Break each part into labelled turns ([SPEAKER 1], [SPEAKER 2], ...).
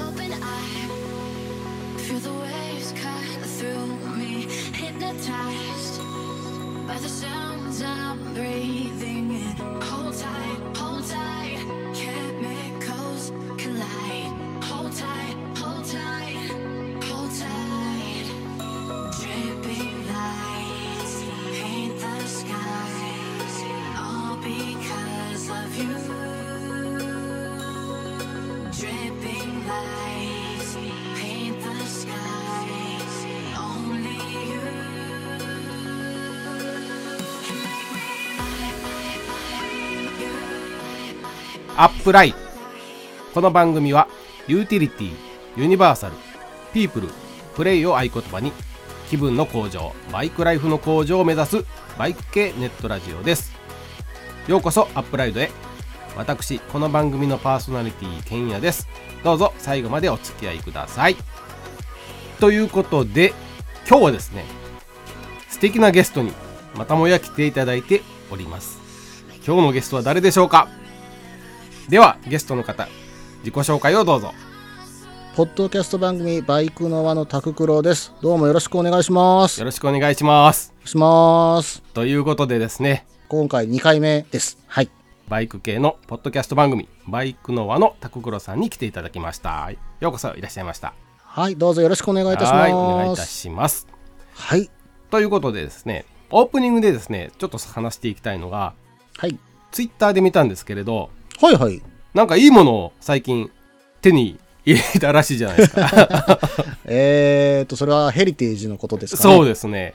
[SPEAKER 1] open eye. Feel the waves cut through me. Hypnotized by the sounds I'm breathing in. Hold tight, hold tight. Chemicals collide. Hold tight, hold tight, hold tight. Dripping lights paint the skies. All because of you. Dripping lights paint the skies. Only you can make me. I, I, I, you. I, I.
[SPEAKER 2] アップラインこの番組はユーティリティユニバーサルピープルプレイを合言葉に気分の向上バイクライフの向上を目指すバイク系ネットラジオですようこそアップライドへ私この番組のパーソナリティけんやですどうぞ最後までお付き合いくださいということで今日はですね素敵なゲストにまたもや来ていただいております今日のゲストは誰でしょうかではゲストの方自己紹介をどうぞ
[SPEAKER 3] ポッドキャスト番組バイクの輪のタククロです。どうもよろしくお願いします。
[SPEAKER 2] よ
[SPEAKER 3] よ
[SPEAKER 2] ろしくお願いします
[SPEAKER 3] ろしくお願いします。
[SPEAKER 2] ということでですね
[SPEAKER 3] 今回2回目です。はい。
[SPEAKER 2] バイク系のポッドキャスト番組バイクの輪のタククロさんに来ていただきましたようこそいらっしゃいました
[SPEAKER 3] はい、どうぞよろしくお願いいたし
[SPEAKER 2] はいお願いい
[SPEAKER 3] ま
[SPEAKER 2] た
[SPEAKER 3] す。
[SPEAKER 2] します
[SPEAKER 3] はい。
[SPEAKER 2] ということでですねオープニングでですねちょっと話していきたいのが
[SPEAKER 3] はい。
[SPEAKER 2] ツイッターで見たんですけれど
[SPEAKER 3] はいはい。
[SPEAKER 2] なんかいいものを最近手に入れたらしいじゃないです か
[SPEAKER 3] えーと、それはヘリテージのことですかね。
[SPEAKER 2] そう
[SPEAKER 3] う
[SPEAKER 2] ですね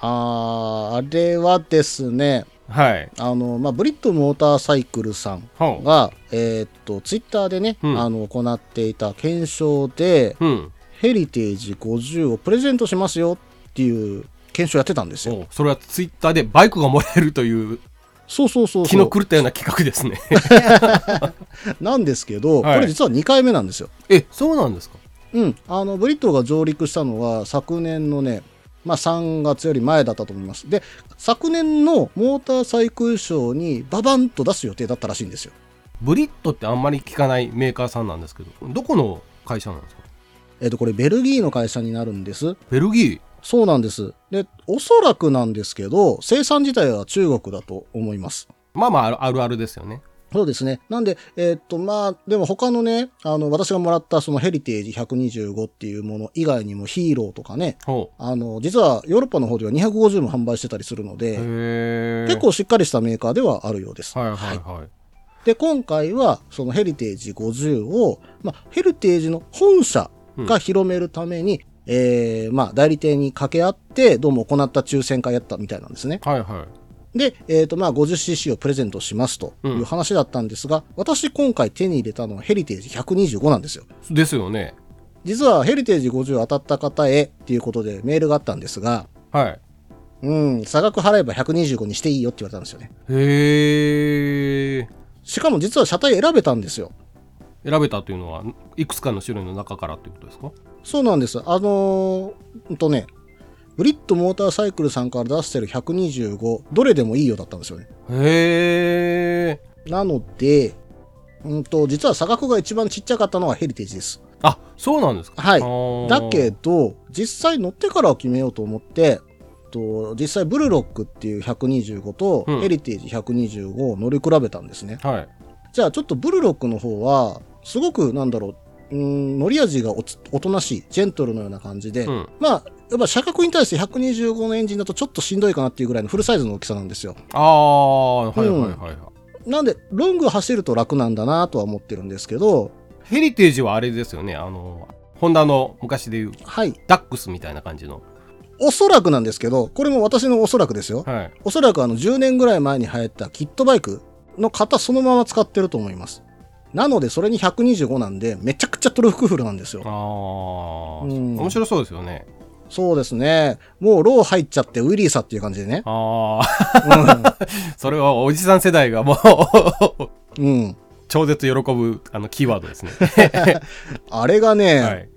[SPEAKER 3] あー、あれはですね、
[SPEAKER 2] はい
[SPEAKER 3] あの、まあ、ブリッドモーターサイクルさん
[SPEAKER 2] ほう
[SPEAKER 3] が、えーと、ツイッターでね、
[SPEAKER 2] うん
[SPEAKER 3] あの、行っていた検証で、
[SPEAKER 2] うん
[SPEAKER 3] ヘリテージ50をプレゼントしますよっていう検証やってたんですよ。
[SPEAKER 2] おそれはツイッターでバイクがもらえるという
[SPEAKER 3] そうそうそうそう。
[SPEAKER 2] 気の狂ったような企画ですね
[SPEAKER 3] なんですけど、
[SPEAKER 2] はい
[SPEAKER 3] これ実は2回目なんですよ。
[SPEAKER 2] えそうなんですか
[SPEAKER 3] うん。あの、ブリットーが上陸したのは昨年のね、まあ3月より前だったと思います。で、昨年のモーターサイクルショーにババンと出す予定だったらしいんですよ。
[SPEAKER 2] ブリットってあんまり聞かないメーカーさんなんですけどどこの会社なんですか
[SPEAKER 3] えっ、と、これベルギーの会社になるんです。
[SPEAKER 2] ベルギ
[SPEAKER 3] そうなんです。で、おそらくなんですけど、生産自体は中国だと思います。
[SPEAKER 2] ーまあまああるあるあるですよね
[SPEAKER 3] そうですね。なんで、えーっと、まあ、でも他のね、あの、私がもらったそのヘリテージ125っていうもの以外にもヒーローとかね、
[SPEAKER 2] ほ
[SPEAKER 3] あの、実はヨーロッパの方では250も販売してたりするの
[SPEAKER 2] うへ
[SPEAKER 3] で、
[SPEAKER 2] え
[SPEAKER 3] 結構しっかりしたメーカーではあるようです。
[SPEAKER 2] はいはいはい
[SPEAKER 3] で、今回はそのヘリテージ50を、まあ、ヘリテージの本社が広めるために、えーまあ、代理店に掛け合って、どうも行った抽選会やったみたいなんですね。
[SPEAKER 2] はいはい
[SPEAKER 3] で、えっ、と、まあ、50cc をプレゼントしますという話だったんですが、私今回手に入れたのはヘリテージ125なんですよ。
[SPEAKER 2] ですよね
[SPEAKER 3] 実はヘリテージ50当たった方へっていうことでメールがあったんですが、
[SPEAKER 2] はい
[SPEAKER 3] うん、差額払えば125にしていいよって言われたんですよね。
[SPEAKER 2] へえ
[SPEAKER 3] しかも実は車体選べたんですよ。
[SPEAKER 2] 選べたというのはいくつかの種類の中からということですか
[SPEAKER 3] そうなんです。あのー、うんとね、ブリットモーターサイクルさんから出してる125、どれでもいいよだったんですよね。
[SPEAKER 2] へえ
[SPEAKER 3] なので、うんと、実は差額が一番ちっちゃかったのはヘリテージです。
[SPEAKER 2] あそうなんですか
[SPEAKER 3] はい
[SPEAKER 2] あー
[SPEAKER 3] だけど、実際乗ってからを決めようと思って、と実際ブルロックっていう125と
[SPEAKER 2] うん
[SPEAKER 3] ヘリテージ125を乗り比べたんですね。
[SPEAKER 2] はい
[SPEAKER 3] じゃあちょっとブルロックの方は、すごくなんだろう、うーん、乗り味がおつおとなしい、ジェントルのような感じで、
[SPEAKER 2] うん
[SPEAKER 3] まあ、やっぱ車格に対して125のエンジンだとちょっとしんどいかなっていうぐらいのフルサイズの大きさなんですよ。
[SPEAKER 2] ああはいはいはいはい、
[SPEAKER 3] なんで、ロング走ると楽なんだなとは思ってるんですけど、
[SPEAKER 2] ヘリテージはあれですよねあのホンダの昔でいう
[SPEAKER 3] はい。
[SPEAKER 2] ダックスみたいな感じの
[SPEAKER 3] おそらくなんですけど、これも私のおそらくですよ。
[SPEAKER 2] はい
[SPEAKER 3] おそらくあの10年ぐらい前に流行ったキットバイクの型そのまま使ってると思います。なのでそれに125なんでめちゃくちゃトルフクフルなんですよ。
[SPEAKER 2] ああ、
[SPEAKER 3] うん
[SPEAKER 2] 面白そうですよね。
[SPEAKER 3] そうですね。もうロー入っちゃってウィリーさっていう感じ でね。
[SPEAKER 2] ああ、それはおじさん世代がもう
[SPEAKER 3] うん。うん
[SPEAKER 2] 超絶喜ぶあのキーワードですね。
[SPEAKER 3] あれがね、
[SPEAKER 2] はい、へ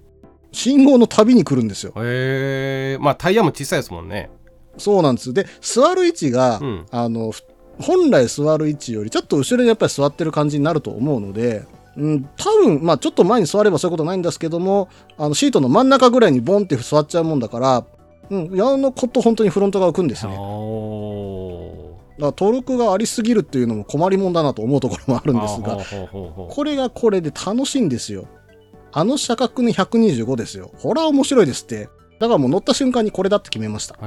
[SPEAKER 3] 信号の旅に来るんですよ。
[SPEAKER 2] えまあタイヤも小さいですもんね。
[SPEAKER 3] そうなんです。で、座る位置が、
[SPEAKER 2] うん
[SPEAKER 3] あの、ふ本来座る位置よりちょっと後ろにやっぱり座ってる感じになると思うので、うん、多分、まあちょっと前に座ればそういうことないんですけども、あのシートの真ん中ぐらいにボンって座っちゃうもんだから、うん、矢のこと本当にフロントが浮くんですね。だか
[SPEAKER 2] お
[SPEAKER 3] ら登録がありすぎるっていうのも困りもんだなと思うところもあるんです
[SPEAKER 2] あ
[SPEAKER 3] が、
[SPEAKER 2] ーほうほうほうほ
[SPEAKER 3] これがこれで楽しいんですよ。あの車格に125ですよ。ほら面白いですって。だからもう乗った瞬間にこれだって決めました。
[SPEAKER 2] うへ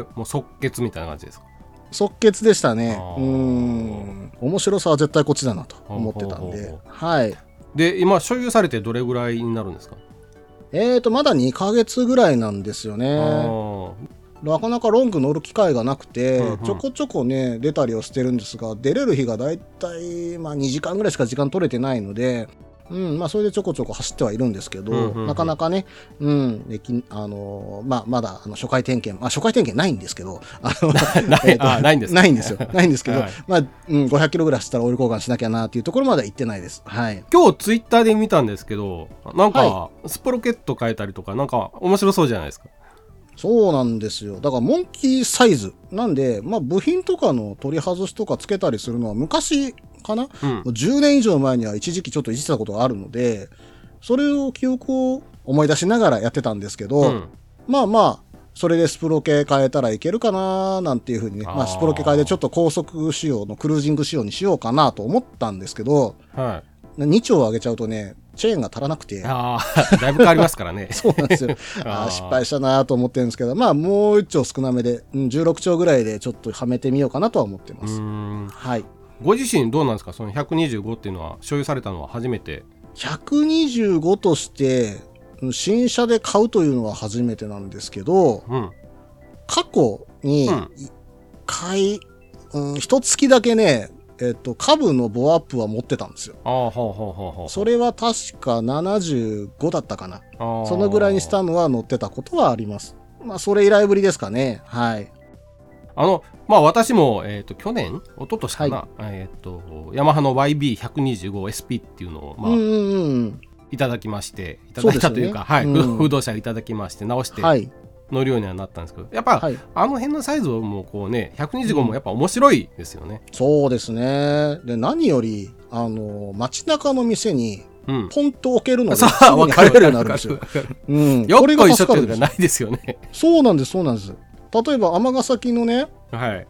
[SPEAKER 2] えもう即決みたいな感じですか
[SPEAKER 3] 即決でしたね。
[SPEAKER 2] あー
[SPEAKER 3] うーん。面白さは絶対こっちだなと思ってたん
[SPEAKER 2] ほうほう
[SPEAKER 3] で
[SPEAKER 2] ほ。
[SPEAKER 3] はい。
[SPEAKER 2] で今所有されてどれぐらいになるんですか、
[SPEAKER 3] えーと、まだ2ヶ月ぐらいなんですよ
[SPEAKER 2] あ
[SPEAKER 3] ね。
[SPEAKER 2] ー
[SPEAKER 3] なかなかロング乗る機会がなくて、
[SPEAKER 2] うんうん
[SPEAKER 3] ちょこちょこね、出たりをしてるんですが、出れる日がだいたい、まあ2時間ぐらいしか時間取れてないので、うん、まあそれでちょこちょこ走ってはいるんですけど、
[SPEAKER 2] うんうんうん
[SPEAKER 3] なかなかね、うん、できあのーまあまだあの初回点検、まあ初回点検ないんですけど、あの、
[SPEAKER 2] ない
[SPEAKER 3] えーと
[SPEAKER 2] あないんです
[SPEAKER 3] ないんですよ。ないんですけど、
[SPEAKER 2] はい
[SPEAKER 3] まあ、うん、500キロぐらい走ったらオイル交換しなきゃなっていうところまでは行ってないです。はい。
[SPEAKER 2] 今日ツイッターで見たんですけどなん
[SPEAKER 3] は
[SPEAKER 2] かスプロケット変えたりとかなんか面白そうじゃないですか
[SPEAKER 3] そうなんですよ。だから、モンキーサイズ。なんで、まあ、部品とかの取り外しとかつけたりするのは昔かな、
[SPEAKER 2] うん
[SPEAKER 3] もう10年以上前には一時期ちょっといじってたことがあるので、それを記憶を思い出しながらやってたんですけど、
[SPEAKER 2] うん
[SPEAKER 3] まあまあ、それでスプロ系変えたらいけるかななんていうふうにね、ま
[SPEAKER 2] あ
[SPEAKER 3] あ、
[SPEAKER 2] ー
[SPEAKER 3] スプロ系変えてちょっと高速仕様のクルージング仕様にしようかなと思ったんですけど、
[SPEAKER 2] は
[SPEAKER 3] 2丁上げちゃうとね、チェーンが足らなくて
[SPEAKER 2] い、、ああ だいぶ変わりますからね
[SPEAKER 3] そうなんですよ。あ
[SPEAKER 2] あ
[SPEAKER 3] あ、
[SPEAKER 2] ー
[SPEAKER 3] 失敗したなと思ってるんですけど、まあ、もう一丁少なめで、うん16丁ぐらいでちょっとはめてみようかなとは思ってま
[SPEAKER 2] う
[SPEAKER 3] す。
[SPEAKER 2] ーん
[SPEAKER 3] はい。
[SPEAKER 2] ご自身どうなんですかその125っていうのは所有されたのは初めて
[SPEAKER 3] 125として、うん新車で買うというのは初めてなんですけど、
[SPEAKER 2] うん
[SPEAKER 3] 過去に
[SPEAKER 2] うん
[SPEAKER 3] 一回、うん、一月だけね、えっと、株のボアアップは持ってたんですよ。
[SPEAKER 2] ああほうほうほうほう
[SPEAKER 3] それは確か75だったかな。そ
[SPEAKER 2] そ
[SPEAKER 3] のぐらいにスタムは乗ってたことはあります。まあ、それ以来ぶりですかね。はい。
[SPEAKER 2] あのまあ私も、えー、と去年一昨年かな、えっ、とヤマハの YB125SP っていうのを、まあ
[SPEAKER 3] うんうんうん。
[SPEAKER 2] いただきましていた
[SPEAKER 3] そ
[SPEAKER 2] だ
[SPEAKER 3] うで
[SPEAKER 2] い
[SPEAKER 3] す
[SPEAKER 2] た
[SPEAKER 3] よね
[SPEAKER 2] というかはい、
[SPEAKER 3] うん
[SPEAKER 2] 不動車いただきまして直して
[SPEAKER 3] はい。
[SPEAKER 2] 乗るようにはなったんですけど、やっぱ、
[SPEAKER 3] はい
[SPEAKER 2] あの辺のサイズをもうこうね125もやっぱ面白いですよね
[SPEAKER 3] そうですね。で、何より、あの、街中の店に、
[SPEAKER 2] うん、
[SPEAKER 3] ポンと置けるの で、
[SPEAKER 2] さ
[SPEAKER 3] す
[SPEAKER 2] あ
[SPEAKER 3] ぐ
[SPEAKER 2] 分
[SPEAKER 3] に
[SPEAKER 2] か
[SPEAKER 3] 入
[SPEAKER 2] る
[SPEAKER 3] れるよう
[SPEAKER 2] 分
[SPEAKER 3] に
[SPEAKER 2] かる
[SPEAKER 3] なるんですよ
[SPEAKER 2] 分。かる
[SPEAKER 3] うん。
[SPEAKER 2] よ
[SPEAKER 3] こ
[SPEAKER 2] っ
[SPEAKER 3] れ
[SPEAKER 2] こ
[SPEAKER 3] が
[SPEAKER 2] いしょ
[SPEAKER 3] 助
[SPEAKER 2] って
[SPEAKER 3] か
[SPEAKER 2] い
[SPEAKER 3] る
[SPEAKER 2] うんの
[SPEAKER 3] で
[SPEAKER 2] がな
[SPEAKER 3] す
[SPEAKER 2] いですよね
[SPEAKER 3] そうなんです、そうなんです。例えば、尼崎のね、
[SPEAKER 2] はい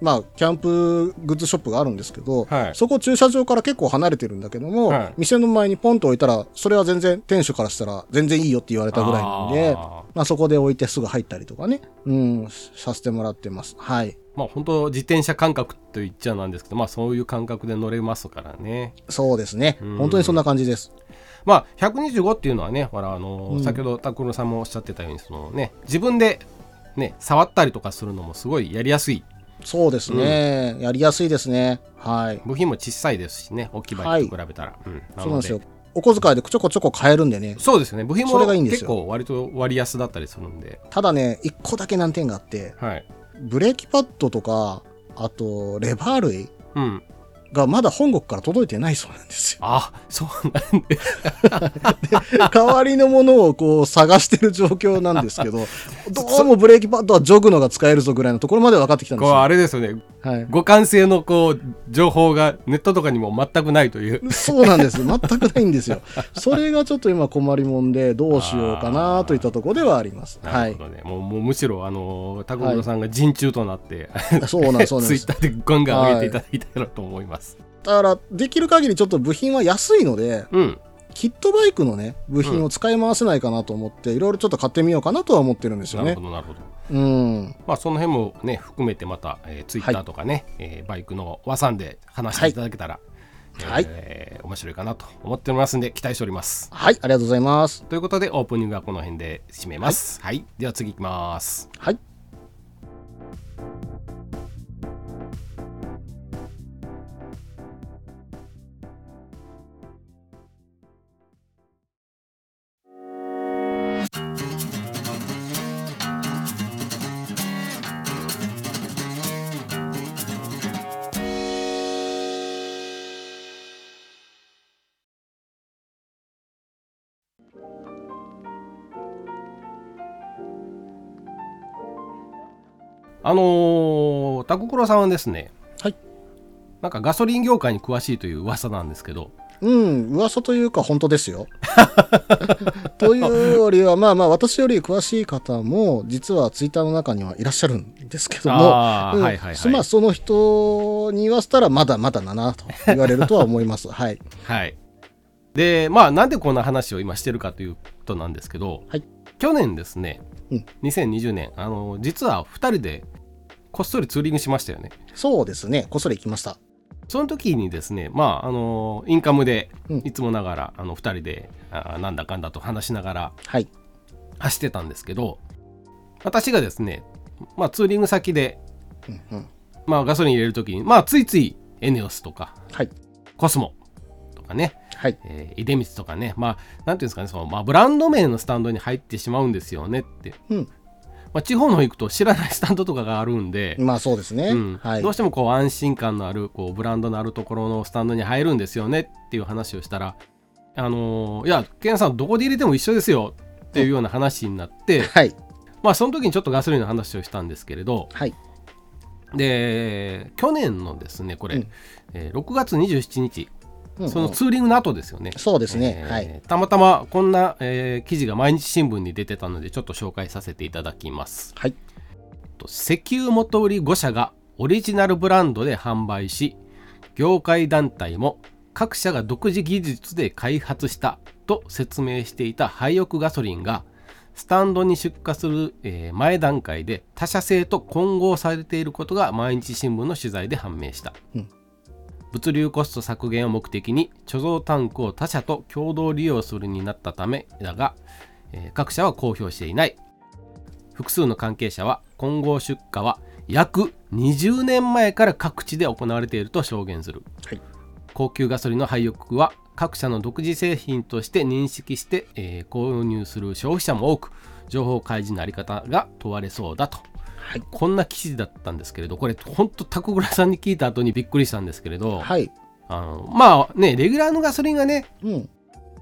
[SPEAKER 3] まあ、キャンプグッズショップがあるんですけど、
[SPEAKER 2] はい
[SPEAKER 3] そこ駐車場から結構離れてるんだけども、
[SPEAKER 2] はい
[SPEAKER 3] 店の前にポンと置いたら、それは全然、店主からしたら全然いいよって言われたぐらいなんで、
[SPEAKER 2] あー
[SPEAKER 3] まあ、そこで置いてすぐ入ったりとかね、うん、させてもらってます。はい。
[SPEAKER 2] まあ本当自転車感覚と言っちゃなんですけどまあそういう感覚で乗れますからね
[SPEAKER 3] そうですね
[SPEAKER 2] うん。
[SPEAKER 3] 本当にそんな感じです。
[SPEAKER 2] まあ125っていうのはねほらあの、
[SPEAKER 3] うん
[SPEAKER 2] 先ほど拓郎さんもおっしゃってたようにそのね自分でね触ったりとかするのもすごいやりやすい
[SPEAKER 3] そうですね、やりやすいですね。はい。
[SPEAKER 2] 部品も小さいですしね置き場と比べたら、うん
[SPEAKER 3] そうなんですよ
[SPEAKER 2] の。
[SPEAKER 3] お小遣いでちょこちょこ買えるんでね。
[SPEAKER 2] そうですね部品も
[SPEAKER 3] それがいいんですよ
[SPEAKER 2] 結構割と割安だったりするんで
[SPEAKER 3] ただね、一個だけ難点があって、
[SPEAKER 2] はい
[SPEAKER 3] ブレーキパッドとか、あと、レバー類
[SPEAKER 2] うん
[SPEAKER 3] がまだ本国から届いてないそうな んですよ。
[SPEAKER 2] あそうなんで
[SPEAKER 3] 代わりのものをこう探してる状況なんです けど、どうもブレーキパッドはジョグのが使えるぞぐらいのところまで分かってきたんで
[SPEAKER 2] こ
[SPEAKER 3] す
[SPEAKER 2] う
[SPEAKER 3] よ。
[SPEAKER 2] あれですよね
[SPEAKER 3] はい。
[SPEAKER 2] 互換性のこう情報がネットとかにも全くないという
[SPEAKER 3] そうなんです。全くないんですよ。それがちょっと今困りもんで、どうしようかなといったところではあります。
[SPEAKER 2] な
[SPEAKER 3] は
[SPEAKER 2] る
[SPEAKER 3] い
[SPEAKER 2] ほ。どね、もうもうむしろあのタコブロさんが陣中となって、
[SPEAKER 3] そうなんですそうなん
[SPEAKER 2] ツ
[SPEAKER 3] で
[SPEAKER 2] イッ
[SPEAKER 3] す
[SPEAKER 2] タ。ーでガンガン上げていただきたいなと思います。
[SPEAKER 3] だから、できる限りちょっと部品は安いので、
[SPEAKER 2] うん、
[SPEAKER 3] キットバイクのね、部品を使い回せないかなと思って、いろいろちょっと買ってみようかなとは思ってるんですよ
[SPEAKER 2] なる
[SPEAKER 3] ね
[SPEAKER 2] ほ。どなるほど。
[SPEAKER 3] うん。
[SPEAKER 2] まあその辺もね含めてまた、えー、ツイッターとかね、えーバイクの和さんで話していただけたら、
[SPEAKER 3] はい
[SPEAKER 2] えー面白いかなと思っておりますんで期待しております。
[SPEAKER 3] はい、ありがとうございます。
[SPEAKER 2] ということでオープニングはこの辺で締めます。はい、では次いきます。
[SPEAKER 3] はい。
[SPEAKER 2] あのー、タコクロさんはですね、
[SPEAKER 3] はい。
[SPEAKER 2] なんかガソリン業界に詳しいという噂なんですけど、
[SPEAKER 3] うん、噂というか本当で すよ。というよりは、まあまあ、私より詳しい方も、実はツイッターの中にはいらっしゃるんですけども、
[SPEAKER 2] あー
[SPEAKER 3] うん
[SPEAKER 2] はいはいはい
[SPEAKER 3] まあ、その人に言わせたら、まだまだだなと言われるとは思います。はい。
[SPEAKER 2] はい。で、まあ、なんでこんな話を今してるかということなんですけど、
[SPEAKER 3] はい
[SPEAKER 2] 去年ですね、
[SPEAKER 3] うん
[SPEAKER 2] 2020年、あの、実は2人でこっそりツーリングしましたよね。
[SPEAKER 3] そうですね、こっそり行きました。
[SPEAKER 2] その時にですね、まあ、あの、インカムで
[SPEAKER 3] うん、
[SPEAKER 2] いつもながら、あの、2人で、あーなんだかんだと話しながら
[SPEAKER 3] はい。
[SPEAKER 2] 走ってたんですけど、私がですね、まあ、ツーリング先で、
[SPEAKER 3] うんうん、
[SPEAKER 2] まあ、ガソリン入れる時に、まあ、ついつい、エネオスとか、
[SPEAKER 3] はい。
[SPEAKER 2] コスモとかね、
[SPEAKER 3] はい。
[SPEAKER 2] えー、出光とかね、まあ、なんていうんですかね、その、まあ、ブランド名のスタンドに入ってしまうんですよねって。
[SPEAKER 3] うん。
[SPEAKER 2] まあ、地方の方行くと知らないスタンドとかがあるんで、
[SPEAKER 3] まあ、そうですね。
[SPEAKER 2] うん
[SPEAKER 3] はい
[SPEAKER 2] どう。してもこう安心感のあるこうブランドのあるところのスタンドに入るんですよねっていう話をしたら「あのーいやケンさんどこで入れても一緒ですよ」っていうような話になって、
[SPEAKER 3] はい。
[SPEAKER 2] まあその時にちょっとガソリンの話をしたんですけれど
[SPEAKER 3] はい。
[SPEAKER 2] で去年のですねこれ、
[SPEAKER 3] うん
[SPEAKER 2] えー6月27日
[SPEAKER 3] うんうん
[SPEAKER 2] そのツーリングの後ですよね。
[SPEAKER 3] そうですね。
[SPEAKER 2] えー
[SPEAKER 3] はい。
[SPEAKER 2] たまたまこんな、えー記事が毎日新聞に出てたのでちょっと紹介させていただきます
[SPEAKER 3] はい。
[SPEAKER 2] と石油元売り5社がオリジナルブランドで販売し業界団体も各社が独自技術で開発したと説明していた廃屋ガソリンがスタンドに出荷する、えー前段階で他社製と混合されていることが毎日新聞の取材で判明した物流コスト削減を目的に貯蔵タンクを他社と共同利用するになったためだが、えー各社は公表していない複数の関係者は混合出荷は約20年前から各地で行われていると証言する
[SPEAKER 3] はい。
[SPEAKER 2] 高級ガソリンの廃屋は各社の独自製品として認識して、えー購入する消費者も多く情報開示のあり方が問われそうだと、
[SPEAKER 3] はい
[SPEAKER 2] こんな記事だったんですけれどこれほんとタコグラさんに聞いた後にびっくりしたんですけれど、
[SPEAKER 3] はい。
[SPEAKER 2] あのまあねレギュラーのガソリンがね
[SPEAKER 3] うん。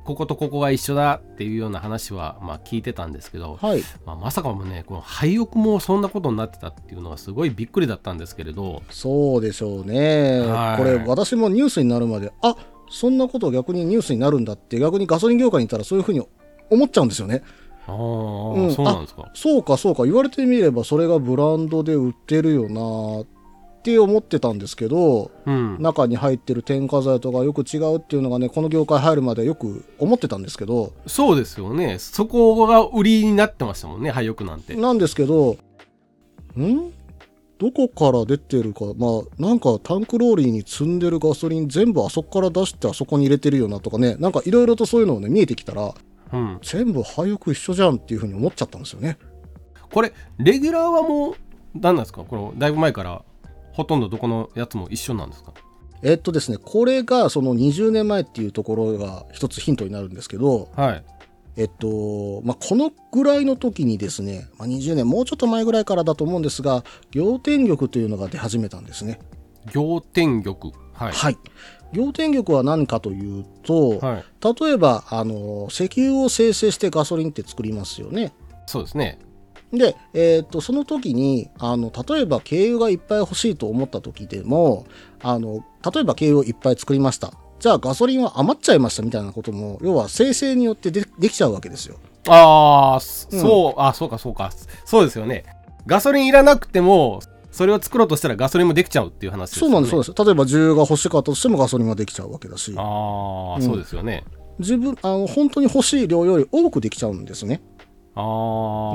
[SPEAKER 2] こことここが一緒だっていうような話は、まあ、聞いてたんですけど、
[SPEAKER 3] はい。
[SPEAKER 2] まあ、まさかもねこの廃屋もそんなことになってたっていうのはすごいびっくりだったんですけれど
[SPEAKER 3] そうでしょうね、
[SPEAKER 2] はい
[SPEAKER 3] これ私もニュースになるまであそんなこと逆にニュースになるんだって逆にガソリン業界にいたらそういうふうに思っちゃうんですよね
[SPEAKER 2] ああ、
[SPEAKER 3] うん
[SPEAKER 2] そうなんですか
[SPEAKER 3] そうかそうか言われてみればそれがブランドで売ってるよなって思ってたんですけど
[SPEAKER 2] うん
[SPEAKER 3] 中に入ってる添加剤とかよく違うっていうのがねこの業界入るまでよく思ってたんですけど
[SPEAKER 2] そうですよねそこが売りになってましたもんね廃屋なんて
[SPEAKER 3] なんですけどんどこから出てるか、まあ、なんかタンクローリーに積んでるガソリン全部あそこから出してあそこに入れてるよなとかね、なんかいろいろとそういうのをね、見えてきたら、
[SPEAKER 2] うん
[SPEAKER 3] 全部廃屋一緒じゃんっていうふうに思っちゃったんですよね。
[SPEAKER 2] これレギュラーはもう何なんですかこのだいぶ前からほとんどどこのやつも一緒なんですか
[SPEAKER 3] えっとですね、これがその20年前っていうところが一つヒントになるんですけど、
[SPEAKER 2] はい
[SPEAKER 3] えっと、まあ、このぐらいの時にですね、まあ、20年、もうちょっと前ぐらいからだと思うんですが、仰天玉というのが出始めたんですね。
[SPEAKER 2] 仰天玉はい
[SPEAKER 3] はい。仰天玉は何かというと、
[SPEAKER 2] はい
[SPEAKER 3] 例えば、あの、石油を生成してガソリンって作りますよね。
[SPEAKER 2] そうですね
[SPEAKER 3] で、えーっと、その時に、あの、例えば軽油がいっぱい欲しいと思った時でも、あの、例えば軽油をいっぱい作りました。じゃあガソリンは余っちゃいましたみたいなことも、要は生成によってでできちゃうわけですよ。
[SPEAKER 2] ああ、そ
[SPEAKER 3] うん
[SPEAKER 2] そう、あそうかそうか。そうですよね。ガソリンいらなくても、それを作ろうとしたらガソリンもできちゃうっていう話です
[SPEAKER 3] そ
[SPEAKER 2] よ
[SPEAKER 3] う
[SPEAKER 2] ね。
[SPEAKER 3] なんです、そううです。例えば重油が欲しかったとしてもガソリンができちゃうわけだし、
[SPEAKER 2] ああ、
[SPEAKER 3] うん
[SPEAKER 2] そうですよね。
[SPEAKER 3] 自分、あの、本当に欲しい量より多くできちゃうんですね。
[SPEAKER 2] ああ、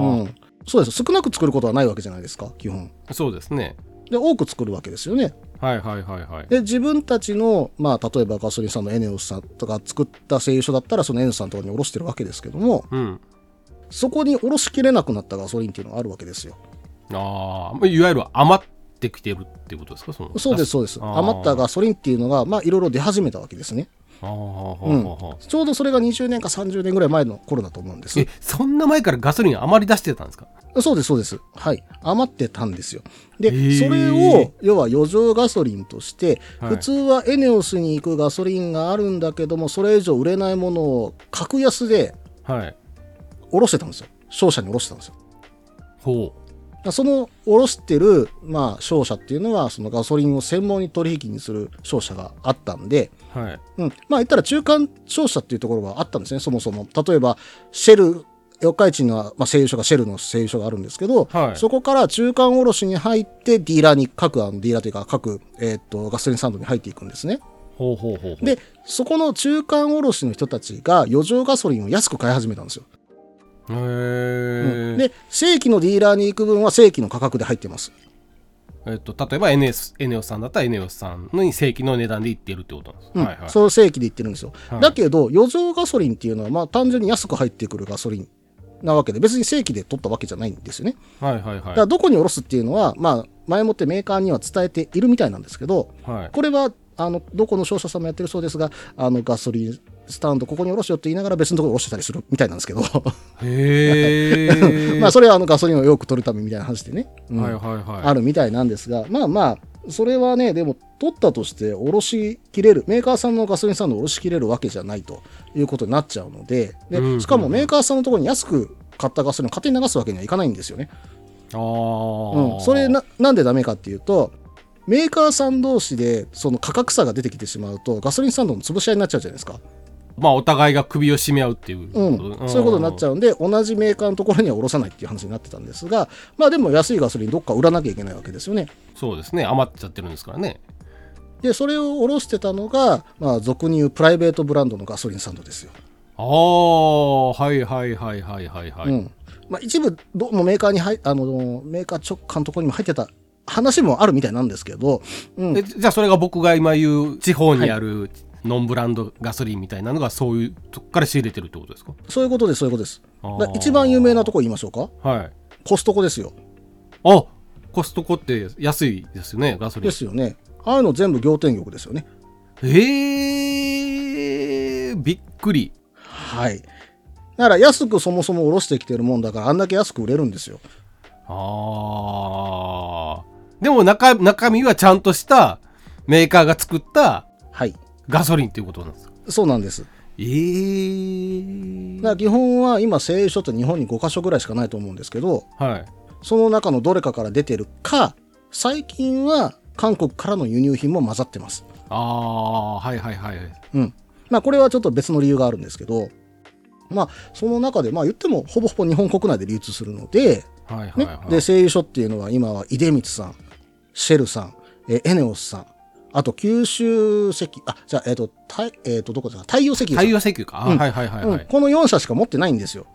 [SPEAKER 3] うん。そうです。少なく作ることはないわけじゃないですか、基本。
[SPEAKER 2] そうですね。
[SPEAKER 3] で、多く作るわけですよね。
[SPEAKER 2] はいはいはいはい。
[SPEAKER 3] で自分たちの、まあ、例えばガソリンさんのエネオスさんとか作った製油所だったらそのエネオスさんとかに卸してるわけですけども
[SPEAKER 2] うん。
[SPEAKER 3] そこに卸しきれなくなったガソリンっていうのがあるわけですよ
[SPEAKER 2] ああ、いわゆる余ってきてるっていうことですかその
[SPEAKER 3] そうです。そうです
[SPEAKER 2] あー
[SPEAKER 3] 余ったガソリンっていうのがまあいろいろ出始めたわけですね、
[SPEAKER 2] ああ、ほうほ
[SPEAKER 3] う
[SPEAKER 2] うんほうほう、
[SPEAKER 3] ちょうどそれが20年か30年ぐらい前の頃だと思うんです
[SPEAKER 2] え、そんな前からガソリン余り出してたんですか
[SPEAKER 3] そうですそうですはい余ってたんですよで、
[SPEAKER 2] へー
[SPEAKER 3] それを要は余剰ガソリンとして、
[SPEAKER 2] はい
[SPEAKER 3] 普通はエネオスに行くガソリンがあるんだけどもそれ以上売れないものを格安で
[SPEAKER 2] はい。
[SPEAKER 3] 卸してたんですよ商社に卸してたんですよ
[SPEAKER 2] ほう。
[SPEAKER 3] まあその卸してる、まあ、商社っていうのは、そのガソリンを専門に取引にする商社があったんで、
[SPEAKER 2] はい。
[SPEAKER 3] うん、まあ言ったら中間商社っていうところがあったんですね、そもそも。例えば、シェル、四日市には、まあ、製油所が、シェルの製油所があるんですけど、
[SPEAKER 2] はい
[SPEAKER 3] そこから中間卸に入って、ディーラーに、各、あのディーラーというか、各、えーっと、ガソリンスタンドに入っていくんですね。
[SPEAKER 2] ほうほうほうほう。
[SPEAKER 3] で、そこの中間卸の人たちが余剰ガソリンを安く買い始めたんですよ。
[SPEAKER 2] へ
[SPEAKER 3] う
[SPEAKER 2] ー
[SPEAKER 3] んで、正規のディーラーに行く分は正規の価格で入ってます。
[SPEAKER 2] えっと、例えば NS、エネオスさんだったらエネオスさんに正規の値段でいってるってことなんです。
[SPEAKER 3] うん
[SPEAKER 2] はいはい。
[SPEAKER 3] その正規で言ってるんですよ、
[SPEAKER 2] はい
[SPEAKER 3] だけど余剰ガソリンっていうのはまあ単純に安く入ってくるガソリンなわけで別に正規で取ったわけじゃないんですよね、
[SPEAKER 2] はいはい
[SPEAKER 3] だから
[SPEAKER 2] は
[SPEAKER 3] どこに卸すっていうのはまあ前もってメーカーには伝えているみたいなんですけど
[SPEAKER 2] い。はい。
[SPEAKER 3] これはあのどこの商社さんもやってるそうですがあのガソリンスタンドここに卸しよって言いながら別のところに卸してたりするみたいなんですけど
[SPEAKER 2] へー
[SPEAKER 3] まあそれはあのガソリンをよく取るためみたいな話でね、うん
[SPEAKER 2] はいはいはい。
[SPEAKER 3] あるみたいなんですが、まあまあ、それはね、でも、取ったとして、おろしきれる、メーカーさんのガソリンスタンドをおろしきれるわけじゃないということになっちゃうので、
[SPEAKER 2] うんうんう
[SPEAKER 3] で
[SPEAKER 2] ん
[SPEAKER 3] しかもメーカーさんのところに安く買ったガソリンを勝手に流すわけにはいかないんですよね。
[SPEAKER 2] あ
[SPEAKER 3] う
[SPEAKER 2] ー
[SPEAKER 3] ん、それな、なんでダメかっていうと、メーカーさん同士でその価格差が出てきてしまうとガソリンスタンドの潰し合いになっちゃうじゃないですか、
[SPEAKER 2] まあ、お互いが首を絞め合うっていうこと。
[SPEAKER 3] うんそういうことになっち
[SPEAKER 2] ゃ
[SPEAKER 3] ゃうんで同じメーカーのところには卸さないっていう話になってたんですがまあでも安いガソリンどっか売らなきゃいけないわけですよね
[SPEAKER 2] うん。そうですね。余っちゃってるんですからね。
[SPEAKER 3] でそれを卸してたのが、まあ、俗に言うプライベートブランドのガソリンスタンドですよ。
[SPEAKER 2] ああ、はいはいはいはいはいはい。
[SPEAKER 3] うんまあ、一部どうもメーカーに入あのメーカー直下のところにも入ってた話もあるみたいなんですけど、うん
[SPEAKER 2] えじゃあそれが僕が今言う地方にあるノンブランドガソリンみたいなのがそういうとこから仕入れてるってことですか
[SPEAKER 3] そういうことですそういうことです。
[SPEAKER 2] あー
[SPEAKER 3] だ一番有名なとこ言いましょうか
[SPEAKER 2] はい
[SPEAKER 3] コストコですよ。
[SPEAKER 2] あコストコって安いですよねガソリン
[SPEAKER 3] ですよね。ああいうの全部仰天玉ですよね。
[SPEAKER 2] えー、びっくり
[SPEAKER 3] はい。だから安くそもそも卸してきてるもんだからあんだけ安く売れるんですよ。
[SPEAKER 2] あーでも中中身はちゃんとしたメーカーが作った
[SPEAKER 3] はい。
[SPEAKER 2] ガソリンっていうことなんですよ
[SPEAKER 3] そうなんです。
[SPEAKER 2] え
[SPEAKER 3] だ
[SPEAKER 2] ー、
[SPEAKER 3] から基本は今製油所って日本に5カ所ぐらいしかないと思うんですけど、
[SPEAKER 2] はい
[SPEAKER 3] その中のどれかから出てるか、最近は韓国からの輸入品も混ざってます。
[SPEAKER 2] あーはいはいはい
[SPEAKER 3] うん。まあこれはちょっと別の理由があるんですけど、まあその中で、まあ言ってもほぼほぼ日本国内で流通するので、
[SPEAKER 2] はいはい
[SPEAKER 3] ね
[SPEAKER 2] はい、
[SPEAKER 3] で、製油所っていうのは今は出光さん、シェルさん、えーエネオスさん、あと九州石、あ、じゃあ、えっ、と、太えっ、と、どこだ太陽石油さ
[SPEAKER 2] 太
[SPEAKER 3] ん。
[SPEAKER 2] 陽石油か、あ
[SPEAKER 3] うん
[SPEAKER 2] はいはいはい
[SPEAKER 3] うん
[SPEAKER 2] はい、
[SPEAKER 3] この4社しか持ってないんですよ。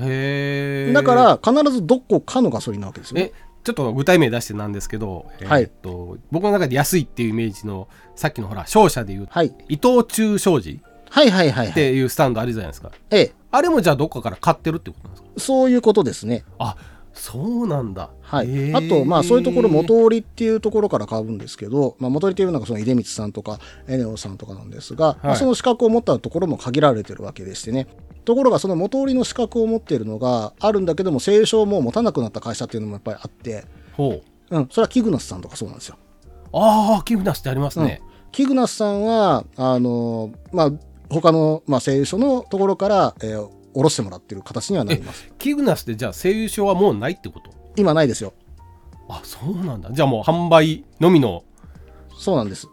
[SPEAKER 2] へえ。
[SPEAKER 3] だから、必ずどこかのガソリンなわけですよね。
[SPEAKER 2] え、ちょっと具体名出してなんですけど、
[SPEAKER 3] はい
[SPEAKER 2] えーっと、僕の中で安いっていうイメージの、さっきのほら、商社でいう、
[SPEAKER 3] はい。
[SPEAKER 2] 伊藤忠商事
[SPEAKER 3] はいはいはい
[SPEAKER 2] っ
[SPEAKER 3] はい。
[SPEAKER 2] ていうスタンドあるじゃないですか。
[SPEAKER 3] ええ、
[SPEAKER 2] あれもじゃあどっかから買ってるってことなんですか
[SPEAKER 3] そういうことですね。
[SPEAKER 2] あ、そうなんだ。
[SPEAKER 3] はい
[SPEAKER 2] へー
[SPEAKER 3] あと、まあ、そういうところ、元売りっていうところから買うんですけど、まあ、元売りっていうのが、その、出光さんとか、エネオさんとかなんですが、ま
[SPEAKER 2] は
[SPEAKER 3] あ、
[SPEAKER 2] い
[SPEAKER 3] その資格を持ったところも限られてるわけでしてね。ところが、その元売りの資格を持っているのがあるんだけども、製油証も持たなくなった会社っていうのもやっぱりあって、
[SPEAKER 2] ほう。
[SPEAKER 3] うん、それはキグナスさんとかそうなんですよ。
[SPEAKER 2] ああ、寄付なしってありますね。
[SPEAKER 3] キグナスさんは、あの、まあ、他の、まあ、製油所のところから、えー、下ろしてもらってる形にはなります。
[SPEAKER 2] キグナスってじゃあ声優証はもうないってこと
[SPEAKER 3] 今ないですよ。
[SPEAKER 2] あそうなんだじゃあもう販売のみの
[SPEAKER 3] そうなんです。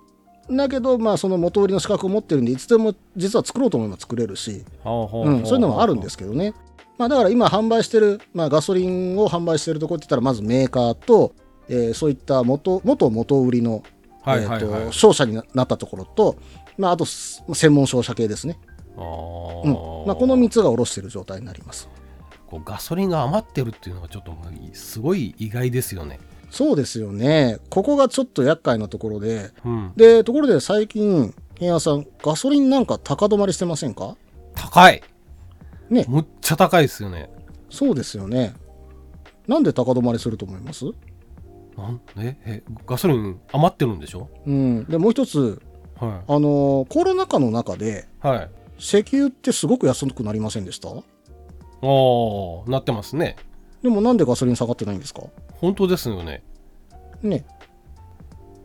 [SPEAKER 3] だけど、まあ、その元売りの資格を持ってるんで、いつでも実は作ろうと思えば作れるし、うん、そういうのもあるんですすけどね。まあ、だから今販売してる、まあ、ガソリンを販売してるとこって言ったら、まずメーカーと、えーそういった元元元売りの、
[SPEAKER 2] はいはいはい
[SPEAKER 3] えーと商社にななったところと、まあ、あとす専門商社系ですね。
[SPEAKER 2] あ
[SPEAKER 3] うん
[SPEAKER 2] ー
[SPEAKER 3] まあ、この3つが卸してる状態になります。
[SPEAKER 2] こうガソリンが余ってるっていうのがちょっともうすごい意外ですよね。
[SPEAKER 3] そうですよね。ここがちょっと厄介なところで、
[SPEAKER 2] うん、
[SPEAKER 3] で、ところで最近、ケンヤさん、ガソリンなんか高止まりしてませんか
[SPEAKER 2] 高い
[SPEAKER 3] ね
[SPEAKER 2] むっちゃ高いですよね。
[SPEAKER 3] そうですよね。なんで高止まりすると思います
[SPEAKER 2] なんええガソリン余ってるんでしょ
[SPEAKER 3] うん。で、もう一つ、
[SPEAKER 2] は
[SPEAKER 3] あのーコロナ禍の中で、
[SPEAKER 2] い。はい。
[SPEAKER 3] 石油ってすごく安くなりませんでした
[SPEAKER 2] ああ、なってますね。
[SPEAKER 3] でもなんでガソリン下がってないんですか
[SPEAKER 2] 本当ですよね。
[SPEAKER 3] ね。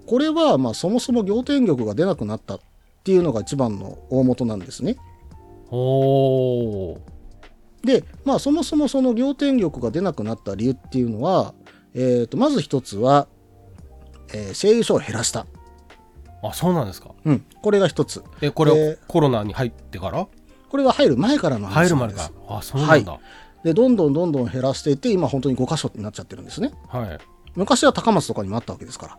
[SPEAKER 3] これは、まあ、そもそも仰天玉が出なくなったっていうのが一番の大元なんですね。
[SPEAKER 2] おー
[SPEAKER 3] で、まあ、そもそもその仰天玉が出なくなった理由っていうのは、ええー、とまず一つは、えー、製油所を減らした、
[SPEAKER 2] あそうなんですか
[SPEAKER 3] うん、これが一つ
[SPEAKER 2] えこれ、
[SPEAKER 3] で
[SPEAKER 2] コロナに入ってから
[SPEAKER 3] これは入る前からの
[SPEAKER 2] 入
[SPEAKER 3] 話
[SPEAKER 2] る
[SPEAKER 3] な
[SPEAKER 2] ま
[SPEAKER 3] ん
[SPEAKER 2] で
[SPEAKER 3] で
[SPEAKER 2] か
[SPEAKER 3] す
[SPEAKER 2] あそうなんだ
[SPEAKER 3] でどんどんどんどん減らしていって今本当に5箇所になっちゃってるんですね
[SPEAKER 2] はい、
[SPEAKER 3] 昔は高松とかにもあったわけですか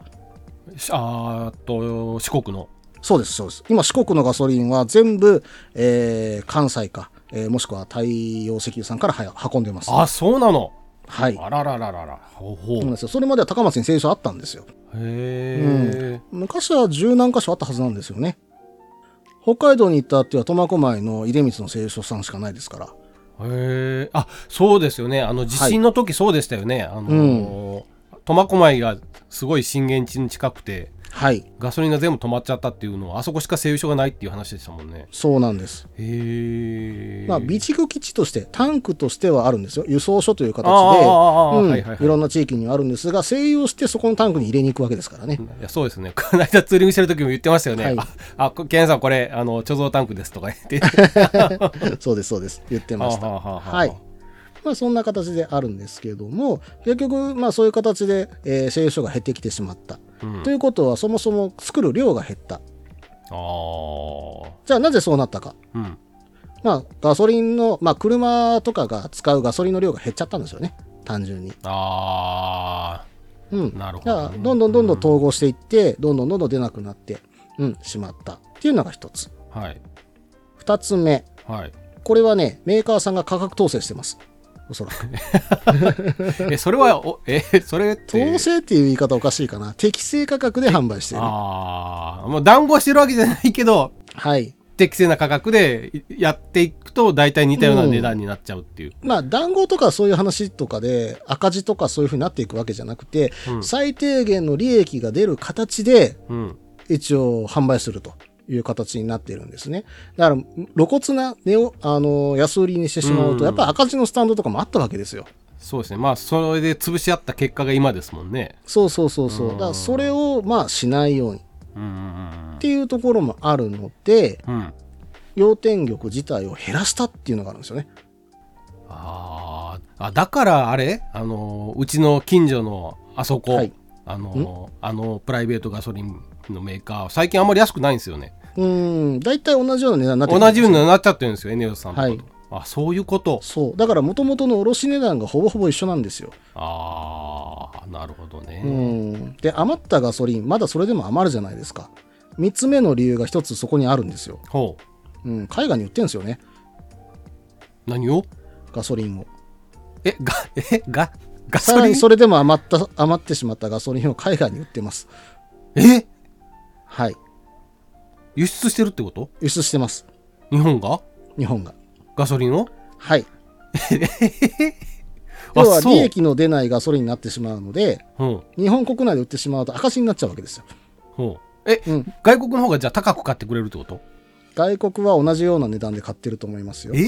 [SPEAKER 3] ら
[SPEAKER 2] しあーっと四国の
[SPEAKER 3] そうですそうです今四国のガソリンは全部、えー関西か、えーもしくは太陽石油さんからは運んでます
[SPEAKER 2] あそうなの
[SPEAKER 3] はいそ
[SPEAKER 2] あらららららほうほ
[SPEAKER 3] うなん
[SPEAKER 2] う
[SPEAKER 3] ですよそれまでは高松に製油所あったんですよ
[SPEAKER 2] へえ、
[SPEAKER 3] 昔は十何箇所あったはずなんですよね北海道に行ったっては苫小牧の出光の製油所さんしかないですから
[SPEAKER 2] へえあそうですよねあの地震の時そうでしたよね、あのー苫小牧がすごい震源地に近くて
[SPEAKER 3] はい
[SPEAKER 2] ガソリンが全部止まっちゃったっていうのはあそこしか製油所がないっていう話でしたもんね
[SPEAKER 3] そうなんです、
[SPEAKER 2] へえ
[SPEAKER 3] まあ、備蓄基地としてタンクとしてはあるんですよ輸送所という形で
[SPEAKER 2] ああああああ
[SPEAKER 3] うん
[SPEAKER 2] はいはいはい
[SPEAKER 3] いろんな地域にはあるんですが製油をしてそこのタンクに入れに行くわけですからね
[SPEAKER 2] いやそうですね。 この間ツーリングしてる時も言ってましたよね。
[SPEAKER 3] はい
[SPEAKER 2] ああ、こケンさんこれ、あの、貯蔵タンクですとか言って。
[SPEAKER 3] そうですそうです言ってました
[SPEAKER 2] はあはあはあはあ
[SPEAKER 3] はいまあ、そんな形であるんですけれども結局まあそういう形で、えー、製油所が減ってきてしまった、
[SPEAKER 2] うん
[SPEAKER 3] ということはそもそも作る量が減った
[SPEAKER 2] ああ。
[SPEAKER 3] じゃあなぜそうなったか
[SPEAKER 2] うん。
[SPEAKER 3] まあガソリンのまあ車とかが使うガソリンの量が減っちゃったんですよね単純に、
[SPEAKER 2] あ
[SPEAKER 3] うん、
[SPEAKER 2] なるほどね
[SPEAKER 3] だからどんどんどんどん統合していって、どんどんどんどん出なくなって、うん、しまったっていうのが一つ
[SPEAKER 2] あ。はい。
[SPEAKER 3] 二つ目
[SPEAKER 2] はい。
[SPEAKER 3] これはねメーカーさんが価格統制してますおそら く
[SPEAKER 2] え、それは、おえ、それって。
[SPEAKER 3] 統制っていう言い方おかしいかな適正価格で販売している
[SPEAKER 2] ああ。もう談合してるわけじゃないけど、
[SPEAKER 3] はい
[SPEAKER 2] 適正な価格でいやっていくと、大体似たような値段になっちゃうっていう。
[SPEAKER 3] まあ、談合とかそういう話とかで赤字とかそういうふうになっていくわけじゃなくて、
[SPEAKER 2] うん
[SPEAKER 3] 最低限の利益が出る形で
[SPEAKER 2] うん。
[SPEAKER 3] 一応販売するという形になっているんですね。だから露骨な値をあの安売りにしてしまう
[SPEAKER 2] うん
[SPEAKER 3] とやっぱり赤字のスタンドとかもあったわけですよ。
[SPEAKER 2] そうですね。まあ、それで潰し合った結果が今ですもんね。
[SPEAKER 3] そうそうそうそう。
[SPEAKER 2] う
[SPEAKER 3] だ
[SPEAKER 2] ん
[SPEAKER 3] からそれをまあしないようにっ
[SPEAKER 2] うんうん
[SPEAKER 3] ていうところもあるので
[SPEAKER 2] うん。うん。
[SPEAKER 3] 要点玉自体を減らしたっていうのがあるんですよね。
[SPEAKER 2] あーあだからあれあのうちの近所のあそこ、
[SPEAKER 3] はい
[SPEAKER 2] あのあのプライベートガソリンのメーカー最近あんまり安くないんですよね
[SPEAKER 3] うん大体同じような値段になってくるん
[SPEAKER 2] 同
[SPEAKER 3] です
[SPEAKER 2] じ
[SPEAKER 3] よ
[SPEAKER 2] ようになっちゃってるんですよエネオスさんとかと、
[SPEAKER 3] はい
[SPEAKER 2] あそういうこと
[SPEAKER 3] そうだから元々の卸値段がほぼほぼ一緒なんですよ。
[SPEAKER 2] ああなるほど
[SPEAKER 3] う
[SPEAKER 2] ね、
[SPEAKER 3] ん、で余ったガソリンまだそれでも余るじゃないですか3つ目の理由が1つそこにあるんですよ、
[SPEAKER 2] ほう
[SPEAKER 3] うん、海外に売ってるんですよね
[SPEAKER 2] 何を
[SPEAKER 3] ガソリンを
[SPEAKER 2] えがえがガ
[SPEAKER 3] さ
[SPEAKER 2] ソ
[SPEAKER 3] ら
[SPEAKER 2] リン
[SPEAKER 3] にそれでも余った余ってしまったガソリンを海外に売ってます
[SPEAKER 2] え
[SPEAKER 3] はい
[SPEAKER 2] 輸出してるってこと
[SPEAKER 3] 輸出してます
[SPEAKER 2] 日本が
[SPEAKER 3] 日本が
[SPEAKER 2] ガソリンを
[SPEAKER 3] はい
[SPEAKER 2] あ
[SPEAKER 3] 要は
[SPEAKER 2] そう
[SPEAKER 3] 利益の出ないガソリンになってしまうので
[SPEAKER 2] うん
[SPEAKER 3] 日本国内で売ってしまうと赤字になっちゃうわけですよ、
[SPEAKER 2] ほうえ、
[SPEAKER 3] うん、
[SPEAKER 2] 外国の方がじゃあ高く買ってくれるってこと
[SPEAKER 3] 外国は同じような値段で買ってると思いますよ
[SPEAKER 2] ええ